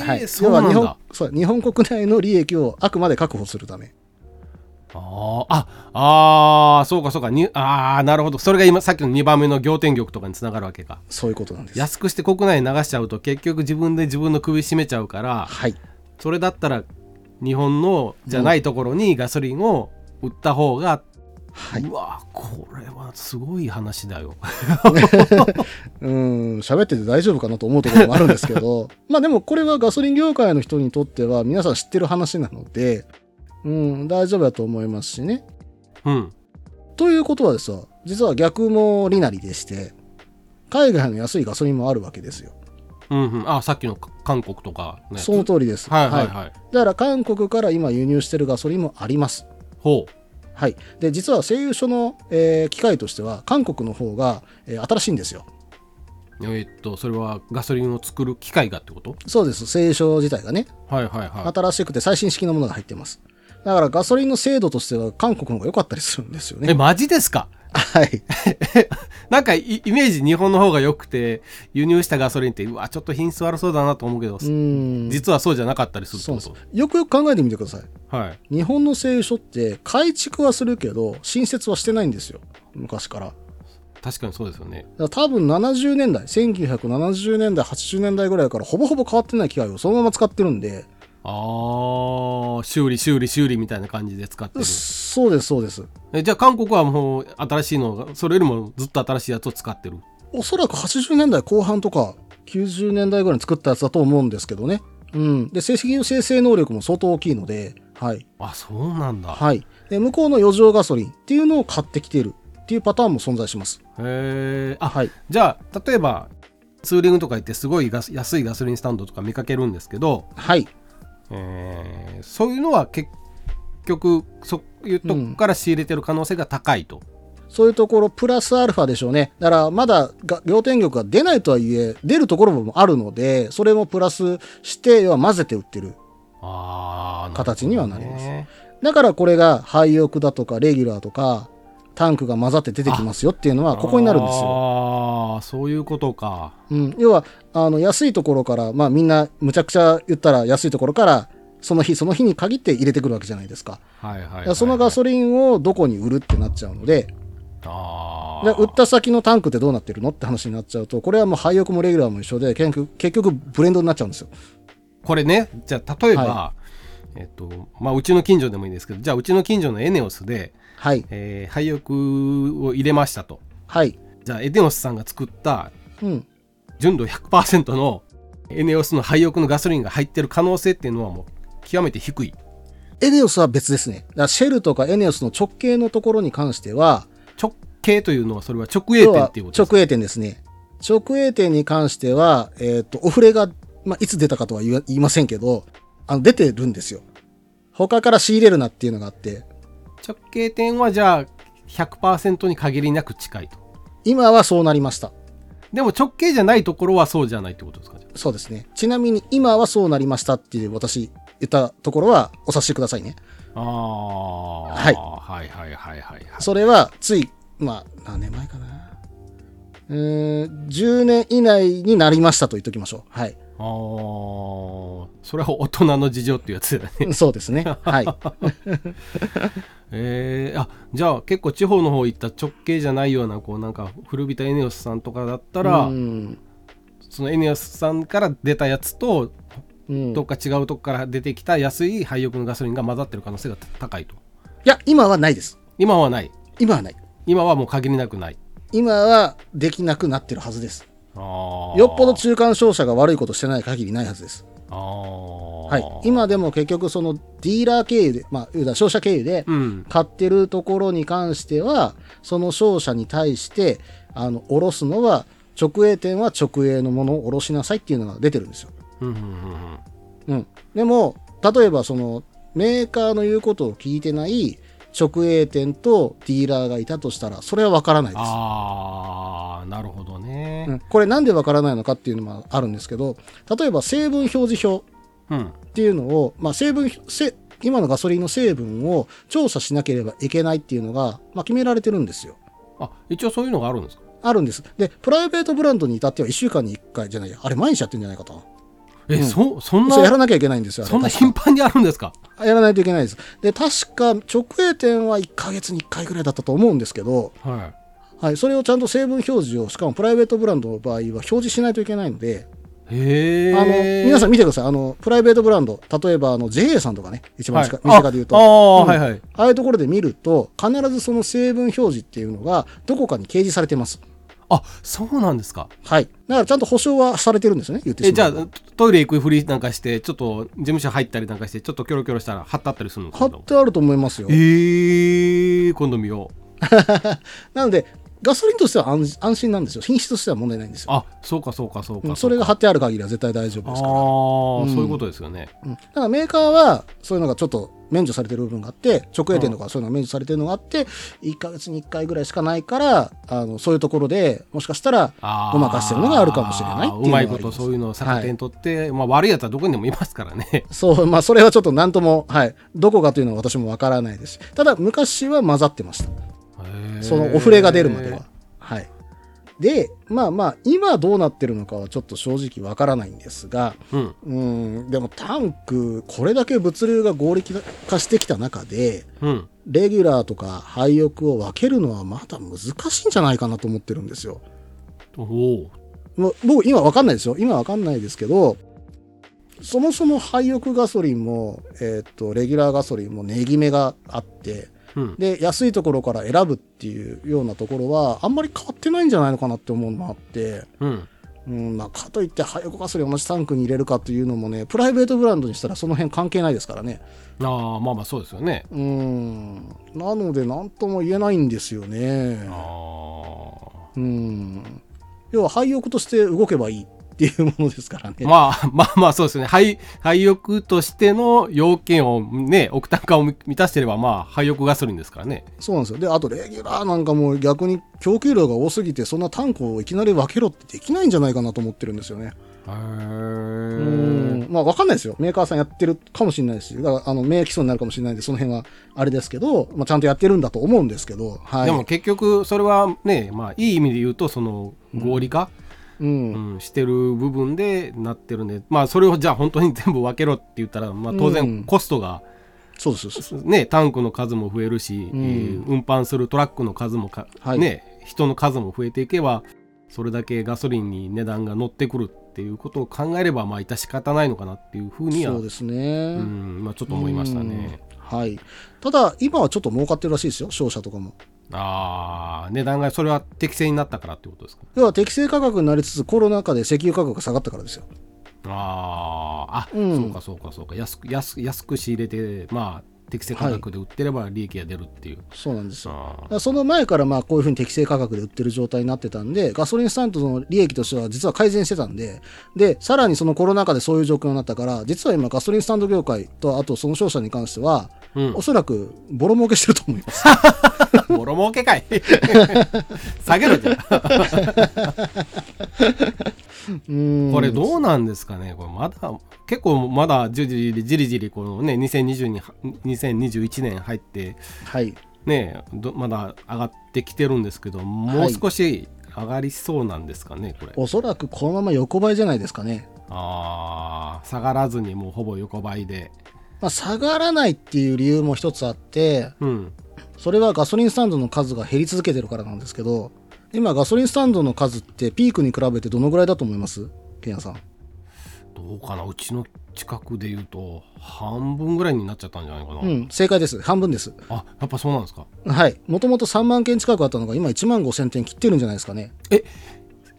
[SPEAKER 2] ー
[SPEAKER 3] はい、
[SPEAKER 2] そうなんだ
[SPEAKER 3] 要は日本そう日本国内の利益をあくまで確保するため
[SPEAKER 2] あーあ、あーそうかそうか。にああ、なるほど。それが今、さっきの2番目の仰天玉とかにつながるわけか。
[SPEAKER 3] そういうことなんです
[SPEAKER 2] 安くして国内に流しちゃうと、結局自分で自分の首絞めちゃうから、
[SPEAKER 3] はい
[SPEAKER 2] それだったら、日本のじゃないところにガソリンを売った方が、
[SPEAKER 3] はいう
[SPEAKER 2] わこれはすごい話だよ。
[SPEAKER 3] うーん、喋ってて大丈夫かなと思うところもあるんですけど、 まあでもこれはガソリン業界の人にとっては皆さん知ってる話なので、うん、大丈夫だと思いますしね。
[SPEAKER 2] うん。
[SPEAKER 3] ということはですよ、実は逆も利なりでして、海外の安いガソリンもあるわけですよ。
[SPEAKER 2] うんうん。あさっきの韓国とかね。
[SPEAKER 3] その通りです。
[SPEAKER 2] はいはいはい。
[SPEAKER 3] だから韓国から今輸入してるガソリンもあります。
[SPEAKER 2] ほ
[SPEAKER 3] はい。で、実は製油所の、えー機械としては、韓国の方が、えー新しいんですよ。
[SPEAKER 2] う。えーっと、それはガソリンを作る機械がってこと
[SPEAKER 3] そうです。製油所自体がね。
[SPEAKER 2] はいはいはい。
[SPEAKER 3] 新しくて最新式のものが入ってます。だからガソリンの精度としては韓国の方が良かったりするんですよ
[SPEAKER 2] え、
[SPEAKER 3] ね。
[SPEAKER 2] マジですか
[SPEAKER 3] はい。
[SPEAKER 2] なんかイイメージ日本の方が良くて輸入したガソリンってうわちょっと品質悪そうだなと思うけど、
[SPEAKER 3] うん。
[SPEAKER 2] 実はそうじゃなかったりするって
[SPEAKER 3] そ
[SPEAKER 2] こ
[SPEAKER 3] うなん
[SPEAKER 2] と
[SPEAKER 3] です。よくよく考えてみてください。
[SPEAKER 2] はい
[SPEAKER 3] 日本の製油所って改築はするけど、新設はしてないんですよ。昔から。
[SPEAKER 2] 確かにそうですよね
[SPEAKER 3] だから多分70年代、1970年代、80年代ぐらいからほぼほぼ変わってない機械をそのまま使ってるんで、
[SPEAKER 2] あああ修理修理修理みたいな感じで使ってる
[SPEAKER 3] そうです、そうです。
[SPEAKER 2] えじゃあ韓国はもう新しいのがそれよりもずっと新しいやつを使ってる
[SPEAKER 3] おそらく80年代後半とか90年代ぐらいに作ったやつだと思うんですけどね。うん。で、成績の生成能力も相当大きいので、はい。
[SPEAKER 2] あそうなんだ
[SPEAKER 3] はい。で、向こうの余剰ガソリンっていうのを買ってきているっていうパターンも存在します。
[SPEAKER 2] へえあ、
[SPEAKER 3] はい
[SPEAKER 2] じゃあ例えばツーリングとか行ってすごいガス安いガソリンスタンドとか見かけるんですけど、
[SPEAKER 3] はい。
[SPEAKER 2] えーそういうのは結局そういうとこから仕入れてる可能性が高いと、
[SPEAKER 3] そういうところ、プラスアルファでしょうね。だから、まだが仰天玉が出ないとはいえ、出るところもあるので、それもプラスして、要は混ぜて売ってる。
[SPEAKER 2] ああ
[SPEAKER 3] 形にはなりますだから、これが廃屋だとか、レギュラーとか、タンクが混ざって出てきますよっていうのは、ここになるんですよ。
[SPEAKER 2] ああそういうことか
[SPEAKER 3] うん、要はあの安いところから、まあ、みんなむちゃくちゃ言ったら安いところからその日その日に限って入れてくるわけじゃないですか、
[SPEAKER 2] はいはいはい
[SPEAKER 3] だ
[SPEAKER 2] はい、
[SPEAKER 3] からそのガソリンをどこに売るってなっちゃうので
[SPEAKER 2] あ
[SPEAKER 3] で売った先のタンクってどうなってるのって話になっちゃうとこれはもう廃屋もレギュラーも一緒で結局結局ブレンドになっちゃうんですよ
[SPEAKER 2] これねじゃあ例えば、
[SPEAKER 3] は
[SPEAKER 2] えっとまあ、うちの近所でもいいですけどじゃあうちの近所のエネオスで、
[SPEAKER 3] はい
[SPEAKER 2] えー、廃浴を入れましたと
[SPEAKER 3] はい
[SPEAKER 2] じゃあエネオスさんが作った
[SPEAKER 3] うん
[SPEAKER 2] 純度100%のエネオスの廃浴のガソリンが入ってる可能性っていうのはもう極めて低い
[SPEAKER 3] エネオスは別ですねだからシェルとかエネオスの直径のところに関しては
[SPEAKER 2] 直径というのはそれは直営点っていうこと
[SPEAKER 3] 要
[SPEAKER 2] で
[SPEAKER 3] は直営点ですね。直営点に関しては、えっ、と、オフレが、まあ、いつ出たかとは言わ言いませんけど、あの、出てるんですよ。他から仕入れるなっていうのがあって、
[SPEAKER 2] す直径点はじゃあ100%に限りなく近いと
[SPEAKER 3] 今はそうなりました。
[SPEAKER 2] でも直径じゃないところはそうじゃないってことですかじゃ
[SPEAKER 3] そうですね。ちなみに今はそうなりましたっていう私言ったところはお察しくださいね。
[SPEAKER 2] ああー、
[SPEAKER 3] はい
[SPEAKER 2] はいはいはいはいはい
[SPEAKER 3] それはつい、まあ、何年前かな。うーん、10年以内になりましたと言っておきましょう。 はい。
[SPEAKER 2] あーそれは大人の事情っていうやつだね
[SPEAKER 3] そうですね。はい。
[SPEAKER 2] えー、あじゃあ結構地方の方行った直径じゃないようなこうなんか古びたエネオスさんとかだったら、
[SPEAKER 3] うん
[SPEAKER 2] そのエネオスさんから出たやつと
[SPEAKER 3] うん
[SPEAKER 2] どっか違うとこから出てきた安い廃浴のガソリンが混ざってる可能性が高いと
[SPEAKER 3] いや、今はないです。
[SPEAKER 2] 今はない
[SPEAKER 3] 今はない。
[SPEAKER 2] 今はもう限りなくない
[SPEAKER 3] 今はできなくなってるはずです。
[SPEAKER 2] あー
[SPEAKER 3] よっぽど中間商社が悪いことしてない限りないはずです。
[SPEAKER 2] ああ
[SPEAKER 3] はい。今でも結局そのディーラー経由で、まあ、言うたら商社経由で
[SPEAKER 2] うん
[SPEAKER 3] 買ってるところに関しては、その商社に対して、あの、おろすのは、直営店は直営のものをおろしなさいっていうのが出てるんですよ。
[SPEAKER 2] うんうんうん
[SPEAKER 3] うん。でも、例えばその、メーカーの言うことを聞いてない直営店とディーラーがいたとしたら、それはわからないです。
[SPEAKER 2] ああなるほどね
[SPEAKER 3] うんこれなんでわからないのかっていうのもあるんですけど例えば成分表示表
[SPEAKER 2] うん
[SPEAKER 3] っていうのを、まあ、成分せ今のガソリンの成分を調査しなければいけないっていうのが、まあ、決められてるんですよ
[SPEAKER 2] あ一応そういうのがあるんですか
[SPEAKER 3] あるんですでプライベートブランドに至っては1週間に1回じゃないやあれ毎日やってんじゃないかと
[SPEAKER 2] え、
[SPEAKER 3] うん
[SPEAKER 2] そそんな
[SPEAKER 3] それやらなきゃいけないんですよあれ
[SPEAKER 2] そんな
[SPEAKER 3] 確か
[SPEAKER 2] 頻繁にあるんですか
[SPEAKER 3] やらないといけないですで確か直営店は1ヶ月に1回ぐらいだったと思うんですけど、
[SPEAKER 2] は
[SPEAKER 3] はい、それをちゃんと成分表示をしかもプライベートブランドの場合は表示しないといけないので
[SPEAKER 2] いへえ
[SPEAKER 3] あの皆さん
[SPEAKER 2] ん
[SPEAKER 3] 見てください、あのプライベートブランド、例えばあの JA さんとかね、一番近、
[SPEAKER 2] はい
[SPEAKER 3] 身近で言うと、
[SPEAKER 2] ああー、
[SPEAKER 3] うん
[SPEAKER 2] はいはい
[SPEAKER 3] ああいうところで見ると、必ずその成分表示っていうのが、どこかに掲示されてます。
[SPEAKER 2] あそうなんですか
[SPEAKER 3] はい、だからちゃんと保証はされてるんですよね、言って
[SPEAKER 2] え
[SPEAKER 3] し
[SPEAKER 2] じゃ
[SPEAKER 3] ま
[SPEAKER 2] あ
[SPEAKER 3] うと。
[SPEAKER 2] トイレ行くふりなんかしてちょっと事務所入ったりなんかしてちょっとキョロキョロしたら貼ってあったりするの
[SPEAKER 3] 貼
[SPEAKER 2] か
[SPEAKER 3] ってあると思いますよ
[SPEAKER 2] え。ー、今度見よう
[SPEAKER 3] なので、ガソリンとしては安安心なんですよ、品質としては問題ないんですよ。
[SPEAKER 2] あそうかそうかそう
[SPEAKER 3] う
[SPEAKER 2] か
[SPEAKER 3] んそれが貼ってある限りは絶対大丈夫
[SPEAKER 2] ああ
[SPEAKER 3] ですから。
[SPEAKER 2] ー、
[SPEAKER 3] うん
[SPEAKER 2] そういうことですよね
[SPEAKER 3] うん、だからメーカーはそういうのがちょっと免除されてる部分があって直営店とかそういうのが免除されてるのがあって、1ヶ月に1回ぐらいしかないからあのそういうところでもしかしたら
[SPEAKER 2] あー
[SPEAKER 3] ごまかしてるのがあるかもしれないっていうの
[SPEAKER 2] う
[SPEAKER 3] が
[SPEAKER 2] ま
[SPEAKER 3] あ
[SPEAKER 2] い
[SPEAKER 3] り
[SPEAKER 2] こ
[SPEAKER 3] ます
[SPEAKER 2] とそういうのを逆手にとって、まあ悪いやつはどこにでもいますからね
[SPEAKER 3] そうまあそれはちょっと何とも、はい、どこかというのは私もわからないですしただ昔は混ざってましたそのオフレが出るまでははいでまあまあ今どうなってるのかはちょっと正直わからないんですが
[SPEAKER 2] うん
[SPEAKER 3] うんでもタンクこれだけ物流が合理化してきた中で
[SPEAKER 2] うん
[SPEAKER 3] レギュラーとか廃屋を分けるのはまだ難しいんじゃないかなと思ってるんですよ。
[SPEAKER 2] おお
[SPEAKER 3] もう僕今分かんないですよ。今分かんないですけど、そもそも廃浴ガソリンも、えっと、レギュラーガソリンも値決めがあって、
[SPEAKER 2] うん
[SPEAKER 3] で、安いところから選ぶっていうようなところは、あんまり変わってないんじゃないのかなって思うのもあって、
[SPEAKER 2] うん
[SPEAKER 3] うん、まあ、かといって廃浴ガソリンを同じタンクに入れるかというのもね、プライベートブランドにしたらその辺関係ないですからね。
[SPEAKER 2] ああまあまあそうですよね
[SPEAKER 3] うん、なので、なんとも言えないんですよね。
[SPEAKER 2] あ
[SPEAKER 3] うん。要は廃浴として動けばいいっていうものですからね。
[SPEAKER 2] ーまあまあまあそうですね廃廃浴としての要件をね億単価を満たしてればまあ廃浴ガソリンですからね
[SPEAKER 3] そうなんですよ。で、あとレギュラーなんかもう逆に供給量が多すぎて、そんなタンクをいきなり分けろってできないんじゃないかなと思ってるんですよね。
[SPEAKER 2] へ
[SPEAKER 3] う
[SPEAKER 2] え
[SPEAKER 3] ん。まあ分かんないですよ。メーカーさんやってるかもしれないし、だからあの、名基礎になるかもしれないんで、その辺はあれですけど、まあちゃんとやってるんだと思うんですけど、はい。
[SPEAKER 2] でも結局それはねまあいい意味で言うとその合理化、
[SPEAKER 3] うん、
[SPEAKER 2] うん、してる部分でなってるんでまあそれをじゃあ本当に全部分けろって言ったら、まあ、当
[SPEAKER 3] うん
[SPEAKER 2] 然コストが、
[SPEAKER 3] そうです。そうです
[SPEAKER 2] ね、タンクの数も増えるし、
[SPEAKER 3] うん
[SPEAKER 2] えー運搬するトラックの数もか、
[SPEAKER 3] はい
[SPEAKER 2] ね、人の数も増えていけばそれだけガソリンに値段が乗ってくるっていうことを考えればまあ致し方ないのかなっていうふうには
[SPEAKER 3] そうですね。
[SPEAKER 2] うんまあ、ちょっと思いましたね。
[SPEAKER 3] うん。はい。ただ、今はちょっと儲かってるらしいですよ、商社とかも。
[SPEAKER 2] ああ値段がそれは適正になったからってことですか
[SPEAKER 3] 要は適正価格になりつつ、コロナ禍で石油価格が下がったからですよ。
[SPEAKER 2] あーあ、
[SPEAKER 3] うん
[SPEAKER 2] そうかそうかそうか安く安く安く仕入れてまあ適正価格で売ってれば利益が出るっていう、
[SPEAKER 3] そうなんですよ。
[SPEAKER 2] あ
[SPEAKER 3] だからその前からまあこういうふうに適正価格で売ってる状態になってたんで、ガソリンスタンドの利益としては実は改善してたんで、で、さらにそのコロナ禍でそういう状況になったから、実は今ガソリンスタンド業界とあとその商社に関しては、
[SPEAKER 2] ーうん
[SPEAKER 3] おそらくボロ儲けしてると思い ます。
[SPEAKER 2] ボロ儲けかい 下げろじゃん
[SPEAKER 3] うん
[SPEAKER 2] これどうなんですかねこれまだ結構まだじりじりじりじりこのね2020に2021年入って
[SPEAKER 3] はい。
[SPEAKER 2] ねどまだ上がってきてるんですけどもう少し上がりそうなんですかねこれ、
[SPEAKER 3] おそらくこのまま横ばいじゃないですかね。
[SPEAKER 2] あー下がらずにもうほぼ横ばいで
[SPEAKER 3] まあ、下がらないっていう理由も一つあって、
[SPEAKER 2] うん
[SPEAKER 3] それはガソリンスタンドの数が減り続けてるからなんですけど、今ガソリンスタンドの数ってピークに比べてどのぐらいだと思いますケンヤさん。
[SPEAKER 2] どうかなうちの近くで言うと半分ぐらいになっちゃったんじゃないかな、
[SPEAKER 3] うん、正解です。半分です。
[SPEAKER 2] あやっぱそうなんですか
[SPEAKER 3] はい。もともと3万件近くあったのが、今1万5千点切ってるんじゃないですかね。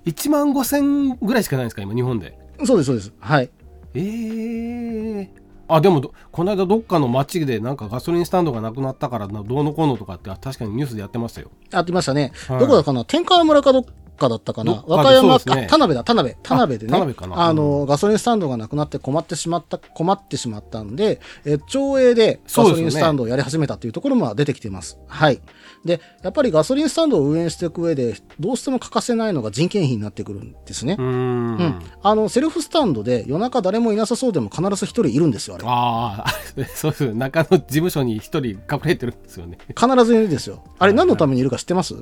[SPEAKER 2] 1万5000ぐらいしかないんですか今日本で
[SPEAKER 3] そうです、そうです。はい。
[SPEAKER 2] ええあでもどこの間どっかの街でなんかガソリンスタンドがなくなったからなどうのこうのとかって確かにニュースでやってましたよ
[SPEAKER 3] あってましたね。
[SPEAKER 2] はい
[SPEAKER 3] どこだかな天川村かどっかだったかな
[SPEAKER 2] どっかで
[SPEAKER 3] 和歌山、
[SPEAKER 2] そうですね
[SPEAKER 3] あ田辺だ、田辺。田辺でね。
[SPEAKER 2] 田辺かな
[SPEAKER 3] あの、ガソリンスタンドがなくなって困ってしまった、困ってしまったんで、えー町営でガソリンスタンドをやり始めたっていうところも出てきてます。はい。で、やっぱりガソリンスタンドを運営していく上で、どうしても欠かせないのが人件費になってくるんですね
[SPEAKER 2] うー。ん
[SPEAKER 3] うん、あのセルフスタンドで夜中誰もいなさそうでも必ず一人いるんですよあれ
[SPEAKER 2] ああ そうです中野事務所に一人隠れてるんですよね
[SPEAKER 3] 必ずいるんですよあれ何のためにいるか知ってます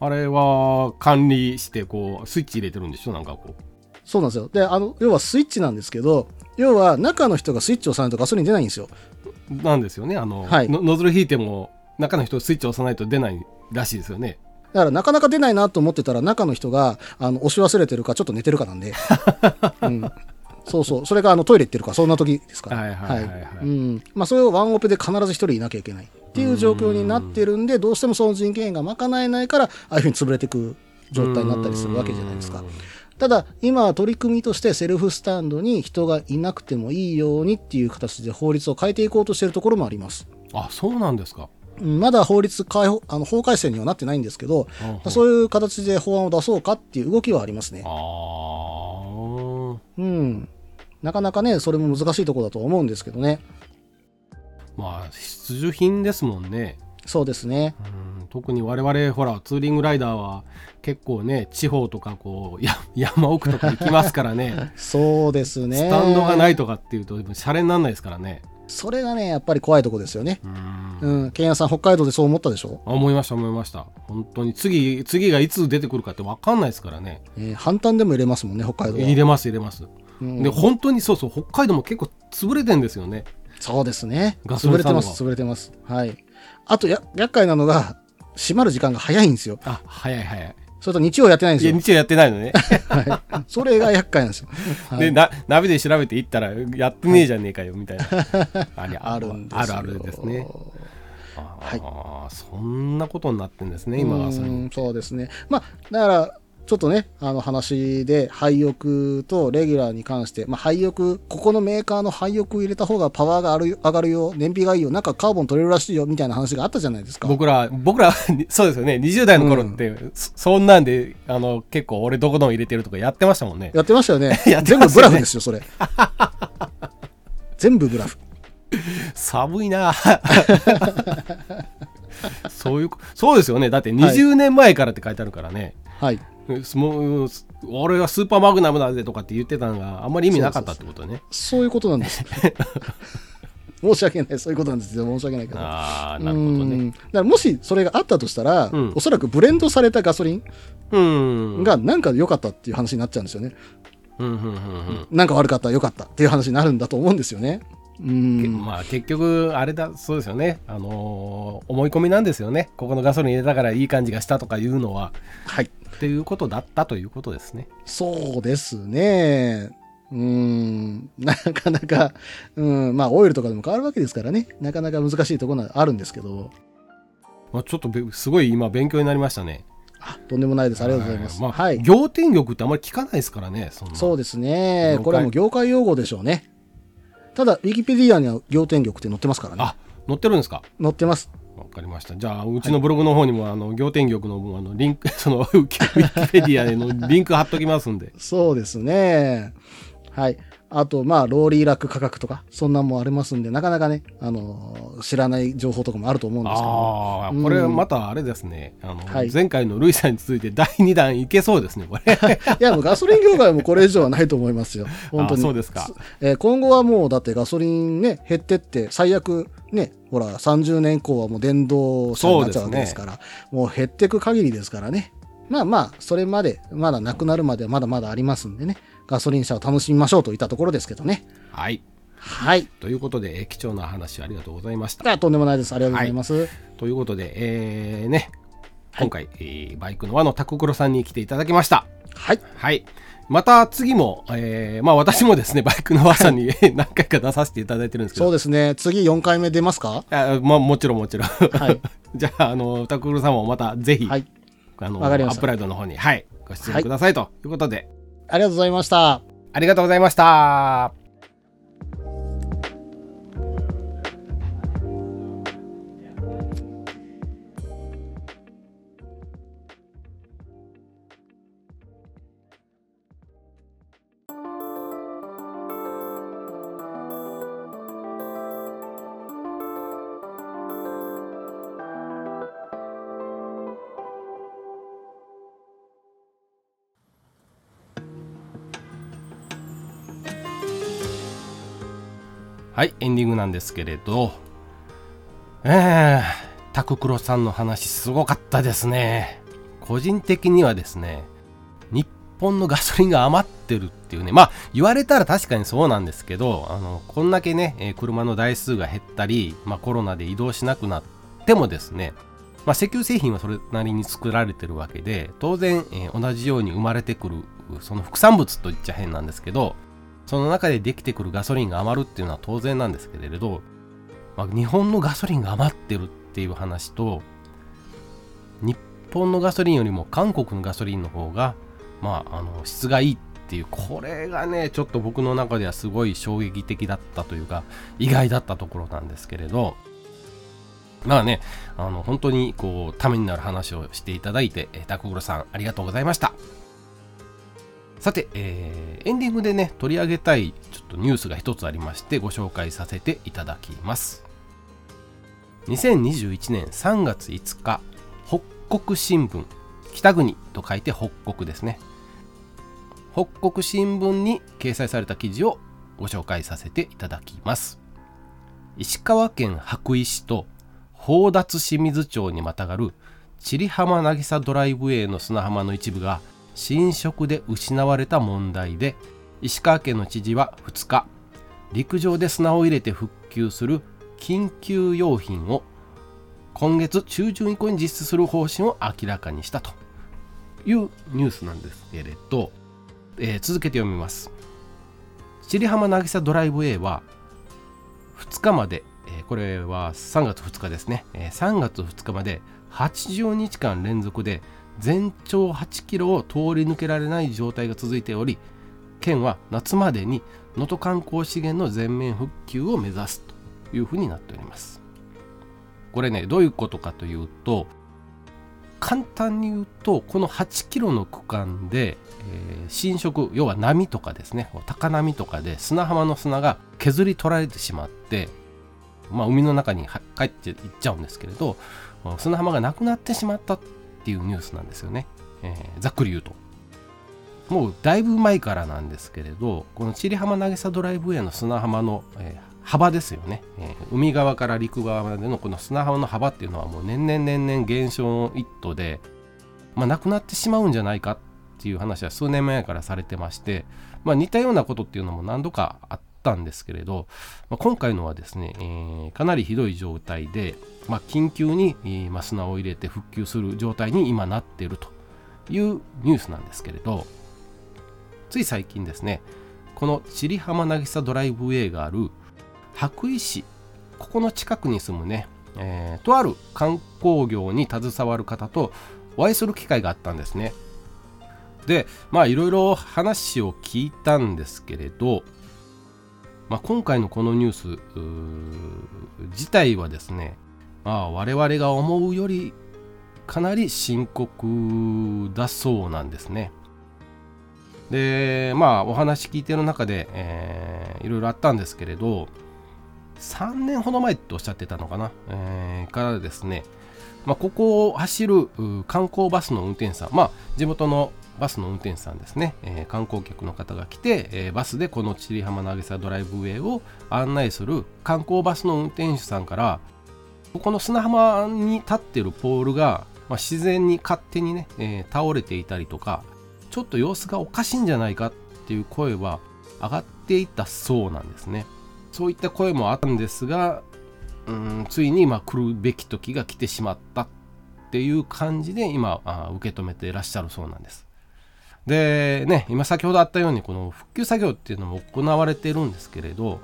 [SPEAKER 2] あれは管理してこうスイッチ入れてるんでしょなんかこう
[SPEAKER 3] そうなんですよであの要はスイッチなんですけど要は中の人がスイッチを押さないとガソリン出ないんですよ
[SPEAKER 2] なんですよねあの、
[SPEAKER 3] はい
[SPEAKER 2] のノズル引いても中の人スイッチ押さないと出ないらしいですよね
[SPEAKER 3] だからなかなか出ないなと思ってたら中の人があの押し忘れてるかちょっと寝てる かなんで、うん、そうそうそれがあのトイレ行ってるかそんな時ですから
[SPEAKER 2] はいはいはいはい
[SPEAKER 3] うんまあ、それをワンオペで必ず一人いなきゃいけないっていう状況になってるんでどうしてもその人件費が賄えないからああいうふうに潰れていく状態になったりするわけじゃないですかただ今は取り組みとしてセルフスタンドに人がいなくてもいいようにっていう形で法律を変えていこうとしているところもあります
[SPEAKER 2] あそうなんですか
[SPEAKER 3] うんまだ法律改法あの法改正にはなってないんですけど、
[SPEAKER 2] うんうん
[SPEAKER 3] そういう形で法案を出そうかっていう動きはありますね
[SPEAKER 2] あ。あ
[SPEAKER 3] うん。なかなかね、それも難しいところだと思うんですけどね。
[SPEAKER 2] まあ必需品ですもんね
[SPEAKER 3] そうですね。
[SPEAKER 2] うん特に我々ほらツーリングライダーは結構ね地方とかこうや 山奥とか行きますから ね
[SPEAKER 3] そうですね。
[SPEAKER 2] スタンドがないとかっていうとシャレにならないですからね
[SPEAKER 3] それがね、やっぱり怖いとこですよね。
[SPEAKER 2] うん
[SPEAKER 3] うん。ケンヤさん、北海道でそう思ったでしょ、
[SPEAKER 2] 思いました思いました本当に次次がいつ出てくるかって分かんないですからね
[SPEAKER 3] えー反対でも入れますもんね、北海道は。
[SPEAKER 2] 入れます入れます、
[SPEAKER 3] うん
[SPEAKER 2] で本当にそうそう北海道も結構潰れてんですよね
[SPEAKER 3] そうですね。
[SPEAKER 2] ガソリ
[SPEAKER 3] 潰
[SPEAKER 2] ン
[SPEAKER 3] れ
[SPEAKER 2] ス
[SPEAKER 3] て
[SPEAKER 2] タンド
[SPEAKER 3] ま
[SPEAKER 2] が
[SPEAKER 3] す、潰れてます。はい。あとや、厄介なのが、閉まる時間が早いんですよ。
[SPEAKER 2] あ早い早い
[SPEAKER 3] それと日曜やってないん
[SPEAKER 2] い
[SPEAKER 3] です
[SPEAKER 2] や、
[SPEAKER 3] よ。
[SPEAKER 2] 日曜やってない のね。
[SPEAKER 3] はい、それが厄介なんで すよ。はい
[SPEAKER 2] で、な、鍋で調べていったら、やってねえじゃねえかよ、みたいな。あれ
[SPEAKER 3] あるんですよ
[SPEAKER 2] あるあるですね。あ
[SPEAKER 3] はい
[SPEAKER 2] あ、そんなことになってんですね、今はそれ
[SPEAKER 3] う
[SPEAKER 2] に。
[SPEAKER 3] んそうですね。まあ、だから、ちょっとね、あの話で、廃浴とレギュラーに関して、まあ、廃浴、ここのメーカーの廃浴入れた方がパワーがある上がるよ、燃費がいいよ、なんかカーボン取れるらしいよ、みたいな話があったじゃないですか。
[SPEAKER 2] 僕ら、僕ら、 そうですよね、20代の頃って、そそんなんで、あの、結構俺どこどん入れてるとかやってましたもんね。
[SPEAKER 3] やってましたよね。
[SPEAKER 2] やって
[SPEAKER 3] 全
[SPEAKER 2] ましたよね
[SPEAKER 3] 部ブラフですよ、それ。全部ブラフ。
[SPEAKER 2] 寒いなそういうこ、そうですよね。だって20年前からって書いてあるからね。
[SPEAKER 3] はい。
[SPEAKER 2] えすもうす俺はスーパーマグナムだぜとかって言ってたのがあんまり意味なかったってことね。
[SPEAKER 3] そういうことなんです。 申し訳ない、そういうことなんですよ。申し訳ないけど。
[SPEAKER 2] ああ、なるほど
[SPEAKER 3] う
[SPEAKER 2] ね。
[SPEAKER 3] んだからもしそれがあったとしたら、
[SPEAKER 2] うん
[SPEAKER 3] おそらくブレンドされたガソリン
[SPEAKER 2] うん。
[SPEAKER 3] がなんか良かったっていう話になっちゃうんですよね。
[SPEAKER 2] うんうんうん
[SPEAKER 3] なんか悪かった、良かったっていう話になるんだと思うんですよね。う
[SPEAKER 2] うん
[SPEAKER 3] ん。
[SPEAKER 2] まあ結局あれだそうですよね、あのー思い込みなんですよねここのガソリン入れたからいい感じがしたとかいうのは
[SPEAKER 3] はい。
[SPEAKER 2] っていうことだったということですね
[SPEAKER 3] そうですね。うん。なかなか、うん。まあ、オイルとかでも変わるわけですからね。なかなか難しいところはあるんですけど。
[SPEAKER 2] まあ、ちょっとべすごい今勉強になりましたね。
[SPEAKER 3] あ、とんでもないです。ありがとうございます。
[SPEAKER 2] はまあ
[SPEAKER 3] はい。
[SPEAKER 2] 仰天力ってあんまり聞かないですからね。そんな
[SPEAKER 3] そうですね
[SPEAKER 2] 了。解
[SPEAKER 3] これはもう業界用語でしょうね。ただ、ウィキペディアには仰天力って載ってますからね。
[SPEAKER 2] あ載ってるんですか
[SPEAKER 3] 載ってます。
[SPEAKER 2] わかりました。じゃあ、うちのブログの方にも、あの、仰天玉の、あの、リンク、 その、ウィキウィキペディアへの リンク貼っときますんで。
[SPEAKER 3] そうですね。はい。あと、まあ、ローリーラック価格とか、そんなんもありますんで、なかなかね、あのー知らない情報とかもあると思うんですけど。
[SPEAKER 2] ああ
[SPEAKER 3] うん
[SPEAKER 2] ー、これまたあれですね。あの、
[SPEAKER 3] はい
[SPEAKER 2] 前回のルイさんに続いて第2弾いけそうですね、これ。
[SPEAKER 3] いや、もうガソリン業界はもうこれ以上はないと思 いますよ。本当に。
[SPEAKER 2] あそうですか。
[SPEAKER 3] えー今後はもう、だってガソリンね、減ってって、最悪、ね、ほら、30年以降はもう電動車になっちゃうわけですから、もう減ってく限りですからね。まあまあ、それまで、まだなくなるまではまだまだありますんでね、ガソリン車を楽しみましょうといったところですけどね。
[SPEAKER 2] はい。
[SPEAKER 3] はい。
[SPEAKER 2] ということで、え貴重な話ありがとうございました。
[SPEAKER 3] あとんでもないです。ありがとうございます。
[SPEAKER 2] ということで、えー、ね、今回、えーバイクの輪のタククロさんに来ていただきました。
[SPEAKER 3] はい。
[SPEAKER 2] はい。また次も、えーまあ私もですね、 バイクの輪さんに何回か出させていただいてるんですけ
[SPEAKER 3] そう
[SPEAKER 2] ど、
[SPEAKER 3] ですね。次4回目出ますか
[SPEAKER 2] あまあもちろんもちろん。
[SPEAKER 3] い
[SPEAKER 2] じゃあ、あの、タクルさんもまたぜひ、
[SPEAKER 3] はい。
[SPEAKER 2] あの、
[SPEAKER 3] わかりま
[SPEAKER 2] ア
[SPEAKER 3] した
[SPEAKER 2] ップライドの方に、はい、ご出演くださいということで、
[SPEAKER 3] ありがとうございました。
[SPEAKER 2] ありがとうございました。はい、エンディングなんですけれど、えー、タククロさんの話すごかったですね。個人的にはですね、日本のガソリンが余ってるっていうね、まあ言われたら確かにそうなんですけど、あの、こんだけね、えー車の台数が減ったり、まあコロナで移動しなくなってもですね、まあ石油製品はそれなりに作られてるわけで、当然、えー同じように生まれてくる、その副産物と言っちゃ変なんですけど、その中でできてくるガソリンが余るっていうのは当然なんですけれど、まあ、日本のガソリンが余ってるっていう話と、日本のガソリンよりも韓国のガソリンの方が、まあ、あの質がいいっていう、これがね、ちょっと僕の中ではすごい衝撃的だったというか、意外だったところなんですけれど、まあね、あの本当にこうためになる話をしていただいて、えータクグロさんありがとうございました。さて、えーエンディングでね、取り上げたいちょっとニュースが一つありまして、ご紹介させていただきます。2021年3月5日、北国新聞、北国と書いて北国ですね。北国新聞に掲載された記事をご紹介させていただきます。石川県羽咋市と宝達清水町にまたがる千里浜渚ドライブウェイの砂浜の一部が浸食で失われた問題で石川県の知事は2日陸上で砂を入れて復旧する緊急用品を今月中旬以降に実施する方針を明らかにしたというニュースなんですけれど、えー続けて読みます千里浜渚ドライブウェイは2日まで、えーこれは3月2日ですね、えー3月2日まで80日間連続で全長8キロを通り抜けられない状態が続いており県は夏までに能登観光資源の全面復旧を目指すというふうになっておりますこれねどういうことかというと簡単に言うとこの8キロの区間で、えー浸食要は波とかですね高波とかで砂浜の砂が削り取られてしまって、まあ、海の中には帰っていっちゃうんですけれどまあ砂浜がなくなってしまったっていうニュースなんですよね、えーざっくり言うともうだいぶ前からなんですけれどこの千里浜渚ドライブウェイの砂浜の、えー幅ですよね、えー海側から陸側までのこの砂浜の幅っていうのはもう年々年々減少の一途で、まあ、なくなってしまうんじゃないかっていう話は数年前からされてまして、まあ、似たようなことっていうのも何度かあったんですけれど、まあ、今回のはですね、えーかなりひどい状態で、まあ、緊急に、えーまあ砂を入れて復旧する状態に今なっているというニュースなんですけれどつい最近ですねこの千里浜渚ドライブウェイがある羽咋市ここの近くに住むね、えーとある観光業に携わる方とお会いする機会があったんですねでまあいろいろ話を聞いたんですけれど、まあ、今回のこのニュースうー自体はですね、まあ、我々が思うよりかなり深刻だそうなんですねでまあお話聞いてる中で、えーいろいろあったんですけれど3年ほど前っておっしゃってたのかな、えーからですね、まあ、ここを走るう観光バスの運転手さん、まあ、地元のバスの運転手さんですね、えー観光客の方が来て、えーバスでこの千里浜渚ドライブウェイを案内する観光バスの運転手さんから、ここの砂浜に立ってるポールが、まあ、自然に勝手にね、えー倒れていたりとか、ちょっと様子がおかしいんじゃないかっていう声は上がっていたそうなんですね。そういった声もあったんですが、うーんついにまあ来るべき時が来てしまったっていう感じで今あー受け止めていらっしゃるそうなんです。でね今先ほどあったようにこの復旧作業っていうのも行われてるんですけれど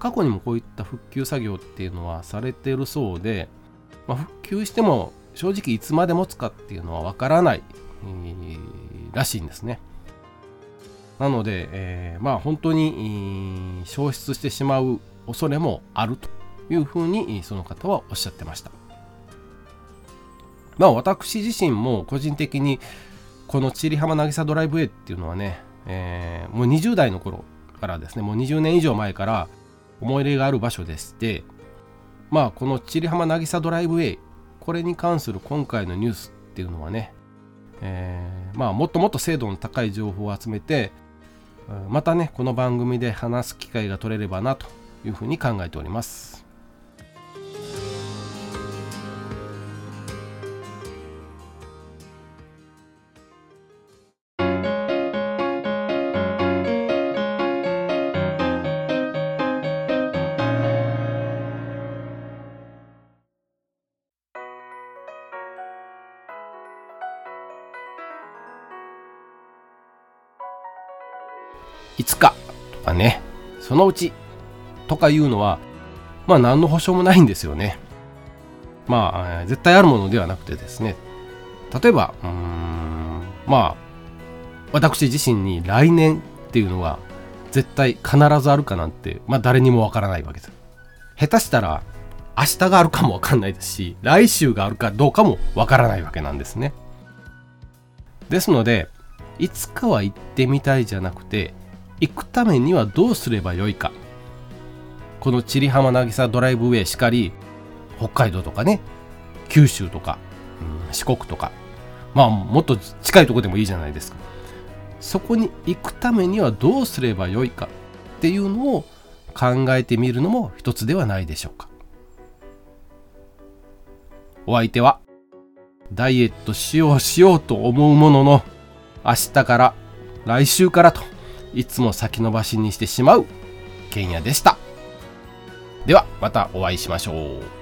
[SPEAKER 2] 過去にもこういった復旧作業っていうのはされてるそうで、まあ、復旧しても正直いつまで持つかっていうのはわからない、えーらしいんですね。なので、えーまあ本当に、えー消失してしまう恐れもあるというふうにえーその方はおっしゃってました。まあ私自身も個人的にこの千里浜渚ドライブウェイっていうのはね、えーもう20代の頃からですね、もう20年以上前から思い入れがある場所でして、まあこの千里浜渚ドライブウェイ、これに関する今回のニュースっていうのはね、えーまあもっともっと精度の高い情報を集めて、うんまたね、この番組で話す機会が取れればなというふうに考えております。いつかとかね、そのうちとかいうのは、まあ何の保証もないんですよね。まあ、えー絶対あるものではなくてですね、例えば、うーん、まあ、私自身に来年っていうのが絶対必ずあるかなんて、まあ誰にもわからないわけです。下手したら明日があるかもわかんないですし、来週があるかどうかもわからないわけなんですね。ですので、いつかは行ってみたいじゃなくて、行くためにはどうすればよいか。この千里浜渚ドライブウェイしかり、北海道とかね、九州とか、うん四国とか、まあもっと近いとこでもいいじゃないですか。そこに行くためにはどうすればよいかっていうのを考えてみるのも一つではないでしょうか。お相手は、ダイエットしようしようと思うものの、明日から来週からといつも先延ばしにしてしまうけんやでしたではまたお会いしましょう